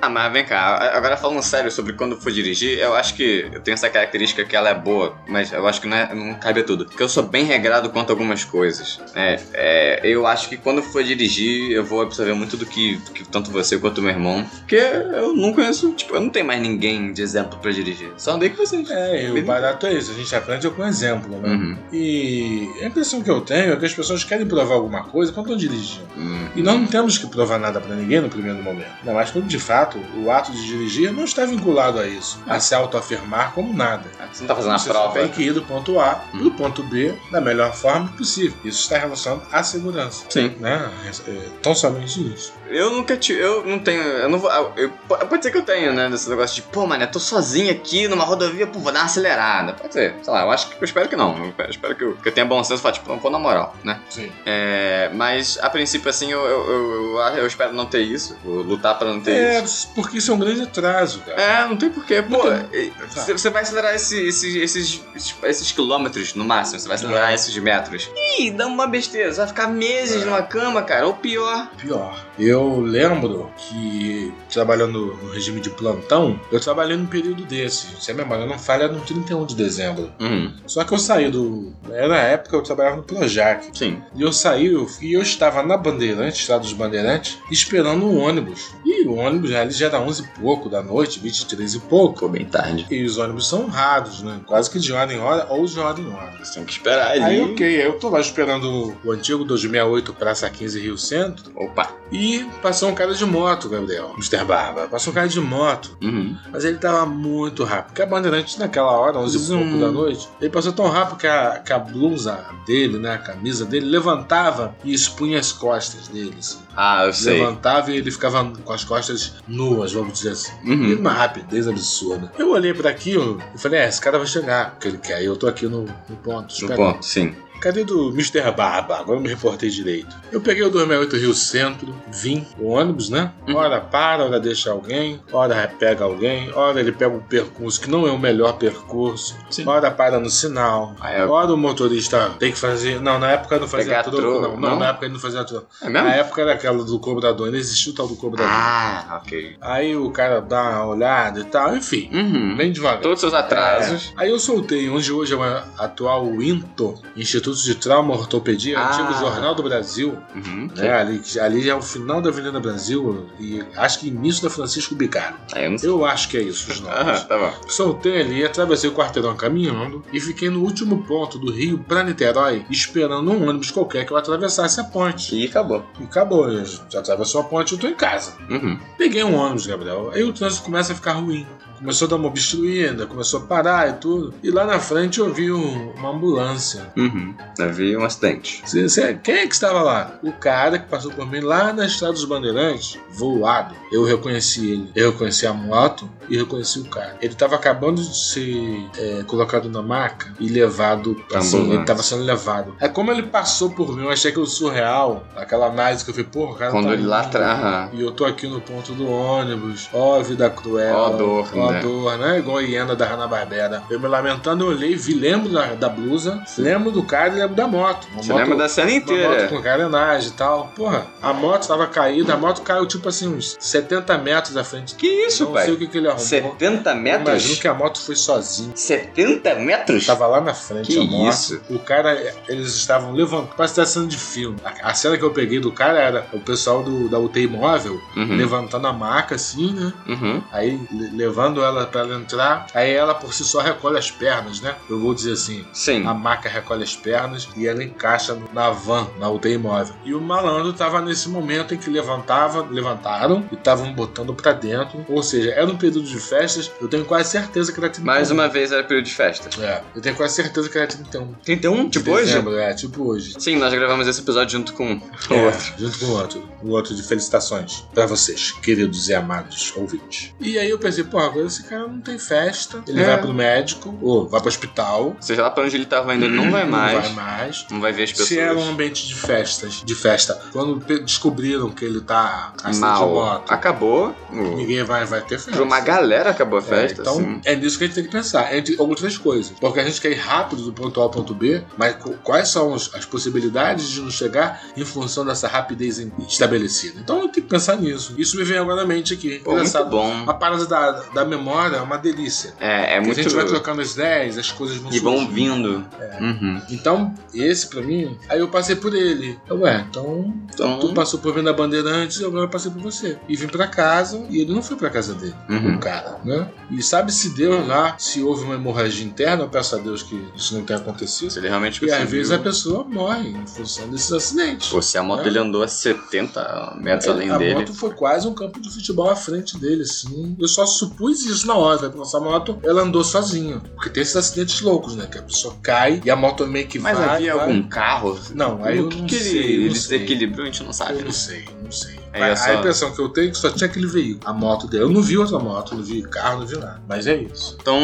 Speaker 1: Ah, mas vem cá. a- Agora falando sério sobre quando eu for dirigir, eu acho que eu tenho essa característica que ela é boa, mas eu acho que não, é, não cabe a tudo. Porque eu sou bem regrado quanto a algumas coisas. né? É, eu acho que quando eu for dirigir, eu vou absorver muito do que, do que tanto você quanto meu irmão. Porque eu não conheço, tipo, eu não tenho mais ninguém de exemplo pra dirigir. Só andei com né? vocês.
Speaker 2: É, e o barato é isso, a gente aprende com exemplo, né?
Speaker 1: Uhum.
Speaker 2: E a impressão que eu tenho é que as pessoas querem provar alguma coisa quando estão dirigindo.
Speaker 1: Hum.
Speaker 2: E nós não temos que provar nada pra ninguém no primeiro momento. Ainda mais quando, de fato, o ato de dirigir não está vinculado a isso, a se autoafirmar como nada.
Speaker 1: Você não tá fazendo a
Speaker 2: Você
Speaker 1: prova.
Speaker 2: só tem que ir do ponto A
Speaker 1: Hum.
Speaker 2: pro ponto B da melhor forma possível. Isso está relacionado à segurança.
Speaker 1: Sim.
Speaker 2: Né? É, é, tão somente isso.
Speaker 1: Eu nunca tive. Eu não tenho. Eu não vou. ah, eu- eu- pode ser que eu tenha, né? Desse negócio de, pô, mano, eu tô sozinho aqui numa rodovia, pô, vou dar uma acelerada. Pode ser. Sei lá, eu acho que. Eu espero que não. Eu espero que eu, que eu tenha bom senso e falar, tipo, não, pô, na moral, né?
Speaker 2: Sim.
Speaker 1: É, mas, a princípio, assim, eu, eu, eu, eu- eu espero não ter isso. Vou lutar pra não ter
Speaker 2: É,
Speaker 1: isso.
Speaker 2: porque isso é um grande atraso, cara.
Speaker 1: É, não tem porquê. Pô,
Speaker 2: Não
Speaker 1: e- você você vai acelerar esse- esses, esses, esses, esses quilômetros no máximo, você vai acelerar
Speaker 2: É.
Speaker 1: esses metros. Ih, dá uma besteira, você vai ficar meses
Speaker 2: É.
Speaker 1: numa cama, cara, ou pior.
Speaker 2: Pior. Eu lembro que, trabalhando no regime de plantão, eu trabalhei num período desse. Se a memória não falha, era no 31 de dezembro.
Speaker 1: Uhum,
Speaker 2: Só que eu saí do. Era na época que eu trabalhava no Projac.
Speaker 1: sim.
Speaker 2: E eu saí eu- e eu estava na Bandeirante, Estrada dos Bandeirantes, esperando um ônibus. E o ônibus já, ele já era 11 e pouco da noite, 23 e pouco.
Speaker 1: Ficou bem tarde.
Speaker 2: E os ônibus são raros, né? Quase que de hora em hora ou de hora em hora.
Speaker 1: Você tem que esperar ali.
Speaker 2: Aí, ok, eu tô lá esperando o antigo 268 Praça 15 Rio Centro
Speaker 1: Opa.
Speaker 2: e passou um cara de moto, Gabriel. Mr. Barba. Passou um cara de moto,
Speaker 1: Uhum.
Speaker 2: mas ele tava muito rápido. Porque a Bandeirante naquela hora, 11 e pouco
Speaker 1: Zum.
Speaker 2: da noite, ele passou tão rápido que a, que a blusa dele, né, a camisa dele, levantava e expunha as costas dele, assim.
Speaker 1: Ah, eu sei.
Speaker 2: Levantava e ele ficava com as costas nuas, vamos dizer assim. E
Speaker 1: Uhum.
Speaker 2: uma rapidez absurda. Eu olhei pra aquilo e falei, é, esse cara vai chegar, porque ele quer. E eu tô aqui no, no ponto,
Speaker 1: No
Speaker 2: esperando.
Speaker 1: ponto, sim.
Speaker 2: Cadê do Mr. Barba? Agora eu me reportei direito. Eu peguei o 268 Rio Centro, vim, o ônibus, né?
Speaker 1: Uhum.
Speaker 2: Ora para, ora deixa alguém, ora pega alguém, ora ele pega o percurso que não é o melhor percurso,
Speaker 1: Sim.
Speaker 2: ora para no sinal.
Speaker 1: Ah, é-
Speaker 2: Ora o motorista tem que fazer. Não, na época não fazia
Speaker 1: Pegar
Speaker 2: troco,
Speaker 1: troco,
Speaker 2: não. não.
Speaker 1: não?
Speaker 2: na época ele não fazia troco.
Speaker 1: É
Speaker 2: Na
Speaker 1: mesmo?
Speaker 2: época era aquela do cobrador, não existia o tal do cobrador.
Speaker 1: Ah, ok.
Speaker 2: Aí o cara dá uma olhada e tal, enfim,
Speaker 1: Uhum.
Speaker 2: bem devagar.
Speaker 1: Todos os seus atrasos.
Speaker 2: É. Aí eu soltei, onde hoje é o atual INTO, Instituto de Trauma Ortopedia,
Speaker 1: Ah.
Speaker 2: antigo Jornal do Brasil,
Speaker 1: Uhum.
Speaker 2: né? ali, ali já é o final da Avenida Brasil e acho que início da Francisco Bicaro.
Speaker 1: Aí eu não sei.
Speaker 2: Eu acho que é isso os nomes.
Speaker 1: Aham, tá bom.
Speaker 2: Soltei ali, atravessei o quarteirão caminhando e fiquei no último ponto do Rio pra Niterói, esperando um ônibus qualquer que eu atravessasse a ponte.
Speaker 1: E acabou.
Speaker 2: E acabou, eu já atravessou a ponte, eu tô em casa.
Speaker 1: Uhum.
Speaker 2: Peguei um ônibus, Gabriel. Aí o trânsito começa a ficar ruim. Começou a dar uma obstruída, começou a parar e tudo. E lá na frente eu vi um- uma ambulância.
Speaker 1: Uhum. Havia um acidente.
Speaker 2: Cê- cê- quem é que estava lá? O cara que passou por mim lá na Estrada dos Bandeirantes, voado. Eu reconheci ele. Eu reconheci a moto e reconheci o cara. Ele estava acabando de ser é, colocado na maca e levado pra
Speaker 1: Ambulância.
Speaker 2: cima. Ele estava sendo levado. É como ele passou por mim, eu achei aquilo surreal. Aquela análise que eu falei, porra, o cara
Speaker 1: Quando
Speaker 2: tá
Speaker 1: ele lá
Speaker 2: lindo.
Speaker 1: atrás. aham.
Speaker 2: E eu tô aqui no ponto do ônibus. Ó, vida cruel.
Speaker 1: Ó a dor,
Speaker 2: Ó, a
Speaker 1: né?
Speaker 2: dor, né? Igual a hiena da Hanna-Barbera. Eu me lamentando, eu olhei, vi, lembro da, da blusa, lembro do cara e lembro da moto. Uma
Speaker 1: Você
Speaker 2: moto-
Speaker 1: lembra da cena
Speaker 2: Uma moto
Speaker 1: inteira?
Speaker 2: com carenagem e tal. Porra, a moto tava caída, a moto caiu tipo assim uns 70 metros da frente.
Speaker 1: Que isso,
Speaker 2: Não
Speaker 1: pai?
Speaker 2: sei o que, que ele arrumou.
Speaker 1: 70
Speaker 2: Imagino
Speaker 1: metros?
Speaker 2: que a moto foi sozinha.
Speaker 1: 70 metros?
Speaker 2: Tava lá na frente
Speaker 1: Que
Speaker 2: a moto.
Speaker 1: isso?
Speaker 2: O cara, eles estavam levantando. Parece que tá sendo de filme. A, a cena que eu peguei do cara era o pessoal do, da UTI móvel
Speaker 1: Uhum.
Speaker 2: levantando a maca assim, né?
Speaker 1: Uhum.
Speaker 2: Aí le- levando ela pra ela entrar, aí ela por si só recolhe as pernas, né? Eu vou dizer assim.
Speaker 1: Sim.
Speaker 2: A maca recolhe as pernas e ela encaixa no- na van, na UTI móvel. E o malandro tava nesse momento em que levantava, levantaram e estavam botando pra dentro. Ou seja, era um período de festas, eu tenho quase certeza que era 31.
Speaker 1: Mais uma vez era período de festa.
Speaker 2: É, eu tenho quase certeza que era 31.
Speaker 1: 31?
Speaker 2: De
Speaker 1: Tipo hoje?
Speaker 2: dezembro, É, tipo hoje.
Speaker 1: Sim, nós gravamos esse episódio junto com o
Speaker 2: É,
Speaker 1: outro.
Speaker 2: Junto com o outro. O outro Um de felicitações. Pra vocês, queridos e amados ouvintes. E aí eu pensei, pô, agora esse cara não tem festa. Ele
Speaker 1: É.
Speaker 2: vai pro médico, ou vai pro hospital.
Speaker 1: Seja lá pra onde ele tava indo, ele não vai
Speaker 2: Não
Speaker 1: mais.
Speaker 2: vai mais.
Speaker 1: Não vai ver as pessoas.
Speaker 2: Se era um ambiente de festas, de festa, quando pe- descobriram que ele tá assim de
Speaker 1: Mal.
Speaker 2: moto,
Speaker 1: Acabou. o-
Speaker 2: ninguém vai, vai ter festa.
Speaker 1: Pra uma galera acabou a
Speaker 2: É,
Speaker 1: festa.
Speaker 2: então
Speaker 1: assim.
Speaker 2: é nisso que a gente tem que pensar, entre outras coisas. Porque a gente quer ir rápido do ponto A ao ponto B, mas co- quais são os- as possibilidades de não chegar em função dessa rapidez em- estabelecida? Então tem que pensar nisso. Isso me vem agora na mente aqui.
Speaker 1: Pô, muito bom.
Speaker 2: A parada da, da memória é uma delícia.
Speaker 1: É, é
Speaker 2: Porque
Speaker 1: muito.
Speaker 2: A gente vai trocando as ideias, as coisas vão
Speaker 1: E vão
Speaker 2: surgindo.
Speaker 1: vindo. Uhum.
Speaker 2: Então, esse pra mim, aí eu passei por ele. Eu, Ué, então
Speaker 1: Então.
Speaker 2: tu passou por mim na Bandeirantes, eu agora passei por você. E vim pra casa, e ele não foi pra casa dele
Speaker 1: Uhum.
Speaker 2: o cara, né? E sabe se Deus lá, se houve uma hemorragia interna, eu peço a Deus que isso não tenha
Speaker 1: Se
Speaker 2: acontecido.
Speaker 1: ele realmente
Speaker 2: E às
Speaker 1: conseguiu-
Speaker 2: vezes a pessoa morre em função desses acidentes.
Speaker 1: Pô, se a moto
Speaker 2: É.
Speaker 1: dele andou a 70 metros
Speaker 2: Ele-
Speaker 1: além
Speaker 2: a
Speaker 1: dele.
Speaker 2: moto foi quase um campo de futebol à frente dele, assim. Eu só supus isso na hora, né? porque essa moto ela andou sozinha. Porque tem esses acidentes loucos, né? Que a pessoa cai e a moto meio que
Speaker 1: Mas
Speaker 2: vai.
Speaker 1: havia
Speaker 2: vai.
Speaker 1: algum carro?
Speaker 2: Não, aí
Speaker 1: o
Speaker 2: eu
Speaker 1: que,
Speaker 2: não
Speaker 1: que ele,
Speaker 2: sei, eu
Speaker 1: ele
Speaker 2: não sei.
Speaker 1: desequilibrou, a gente não sabe.
Speaker 2: Eu
Speaker 1: né?
Speaker 2: não sei, não sei.
Speaker 1: Aí
Speaker 2: a,
Speaker 1: é só-
Speaker 2: a impressão que eu tenho é que só tinha aquele veículo. A moto dele. Eu não vi outra moto, não vi carro, não vi nada. Mas é isso.
Speaker 1: Então,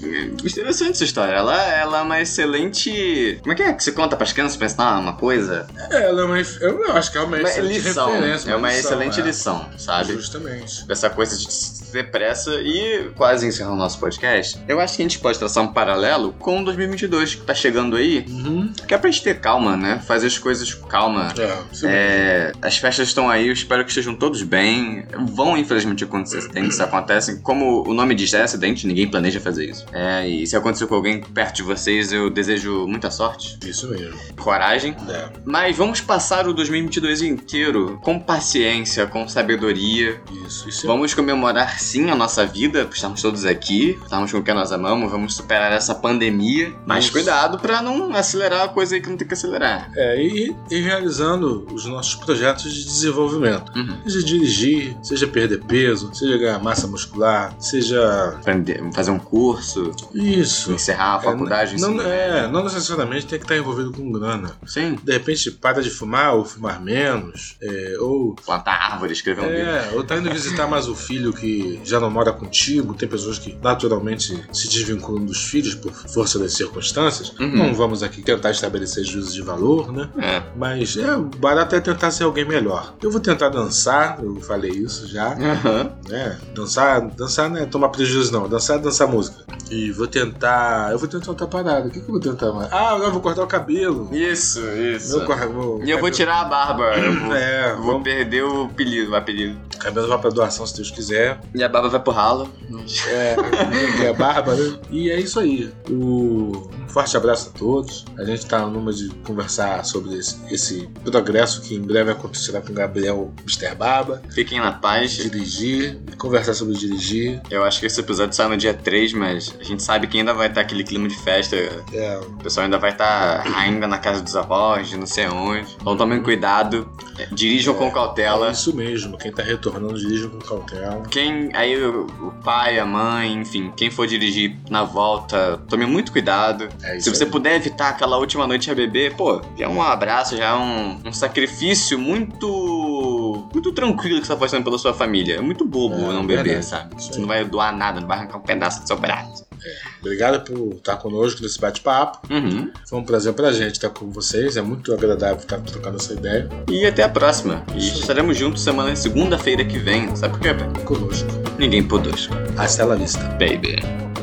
Speaker 1: é interessante essa história. Ela, ela é uma excelente. Como é que é que você conta pras crianças pra ensinar uma coisa?
Speaker 2: É, ela é uma, inf- eu acho que é uma,
Speaker 1: Uma
Speaker 2: excelente
Speaker 1: lição.
Speaker 2: referência.
Speaker 1: É uma excelente
Speaker 2: é.
Speaker 1: lição, sabe?
Speaker 2: Justamente.
Speaker 1: Essa coisa de se ter pressa e quase encerrar o nosso podcast. Eu acho que a gente pode traçar um paralelo com 2022 que tá chegando aí,
Speaker 2: Uhum.
Speaker 1: que é pra gente ter calma, né? Fazer as coisas com calma.
Speaker 2: É, sim.
Speaker 1: É, as festas estão aí, os espero que estejam todos bem. Vão, infelizmente, acontecer acidentes, acontecem. Como o nome diz, é acidente, ninguém planeja fazer isso. É, e se aconteceu com alguém perto de vocês, eu desejo muita sorte,
Speaker 2: Isso mesmo.
Speaker 1: coragem.
Speaker 2: É.
Speaker 1: Mas vamos passar o 2022 inteiro com paciência, com sabedoria.
Speaker 2: Isso, isso é
Speaker 1: Vamos comemorar sim a nossa vida, por estarmos todos aqui, estarmos com o que nós amamos, vamos superar essa pandemia. Mas
Speaker 2: Isso.
Speaker 1: cuidado pra não acelerar a coisa aí que não tem que acelerar.
Speaker 2: É, e, e realizando os nossos projetos de desenvolvimento.
Speaker 1: Uhum.
Speaker 2: Seja dirigir, seja perder peso, seja ganhar massa muscular, seja.
Speaker 1: Aprender, fazer um curso,
Speaker 2: Isso.
Speaker 1: encerrar a faculdade,
Speaker 2: não,
Speaker 1: ensino
Speaker 2: é, não necessariamente tem que estar envolvido com grana.
Speaker 1: Sim.
Speaker 2: De repente para de fumar ou fumar menos, é, ou.
Speaker 1: Plantar árvore, escrever um livro.
Speaker 2: É, ou tá indo visitar mais o filho que já não mora contigo. Tem pessoas que naturalmente se desvinculam dos filhos por força das circunstâncias.
Speaker 1: Uhum.
Speaker 2: Não vamos aqui tentar estabelecer juízos de valor, né?
Speaker 1: É.
Speaker 2: Mas é, o barato é tentar ser alguém melhor. Eu vou tentar dançar, eu falei isso já,
Speaker 1: Aham.
Speaker 2: né? Dançar, dançar não é tomar prejuízo, não. Dançar é dançar música. E vou tentar. Eu vou tentar outra parada. O que, que eu vou tentar mais? Ah, agora eu vou cortar o cabelo.
Speaker 1: Isso, isso.
Speaker 2: Meu cor- meu
Speaker 1: E eu vou
Speaker 2: cabelo-
Speaker 1: tirar a barba. Eu vou,
Speaker 2: É,
Speaker 1: eu vou
Speaker 2: vamos-
Speaker 1: perder o apelido, o apelido.
Speaker 2: cabelo vai pra doação se Deus quiser.
Speaker 1: E a barba vai pro ralo.
Speaker 2: É, que é bárbaro. E é isso aí. O- Um forte abraço a todos. A gente tá numa de conversar sobre esse, esse progresso que em breve acontecerá com o Gabriel Mr. Barba.
Speaker 1: Fiquem na paz.
Speaker 2: dirigir, conversar sobre dirigir.
Speaker 1: Eu acho que esse episódio sai no dia 3, mas a gente sabe que ainda vai estar aquele clima de festa
Speaker 2: É,
Speaker 1: O pessoal ainda vai estar ainda na casa dos avós, de não sei onde. Então tomem cuidado, é, dirijam com
Speaker 2: é
Speaker 1: cautela.
Speaker 2: isso mesmo. Quem tá retornando, dirija com cautela.
Speaker 1: Quem aí o o pai, a mãe, enfim, quem for dirigir na volta, tome muito cuidado.
Speaker 2: É
Speaker 1: Se
Speaker 2: isso
Speaker 1: você
Speaker 2: aí.
Speaker 1: puder evitar aquela última noite a beber, pô, já é um abraço, já é um, um sacrifício muito muito tranquilo que você tá fazendo pela sua família. É muito bobo
Speaker 2: É,
Speaker 1: não beber,
Speaker 2: verdade.
Speaker 1: sabe?
Speaker 2: Isso
Speaker 1: Você
Speaker 2: aí.
Speaker 1: não vai doar nada, não vai arrancar um pedaço do seu braço.
Speaker 2: Obrigado por estar conosco nesse bate-papo.
Speaker 1: Uhum.
Speaker 2: Foi um prazer pra gente estar com vocês. É muito agradável estar trocando essa ideia
Speaker 1: E até a próxima. E estaremos juntos semana segunda-feira que vem. Sabe por quê, pai?
Speaker 2: conosco.
Speaker 1: Ninguém por dois.
Speaker 2: Hasta la vista.
Speaker 1: baby.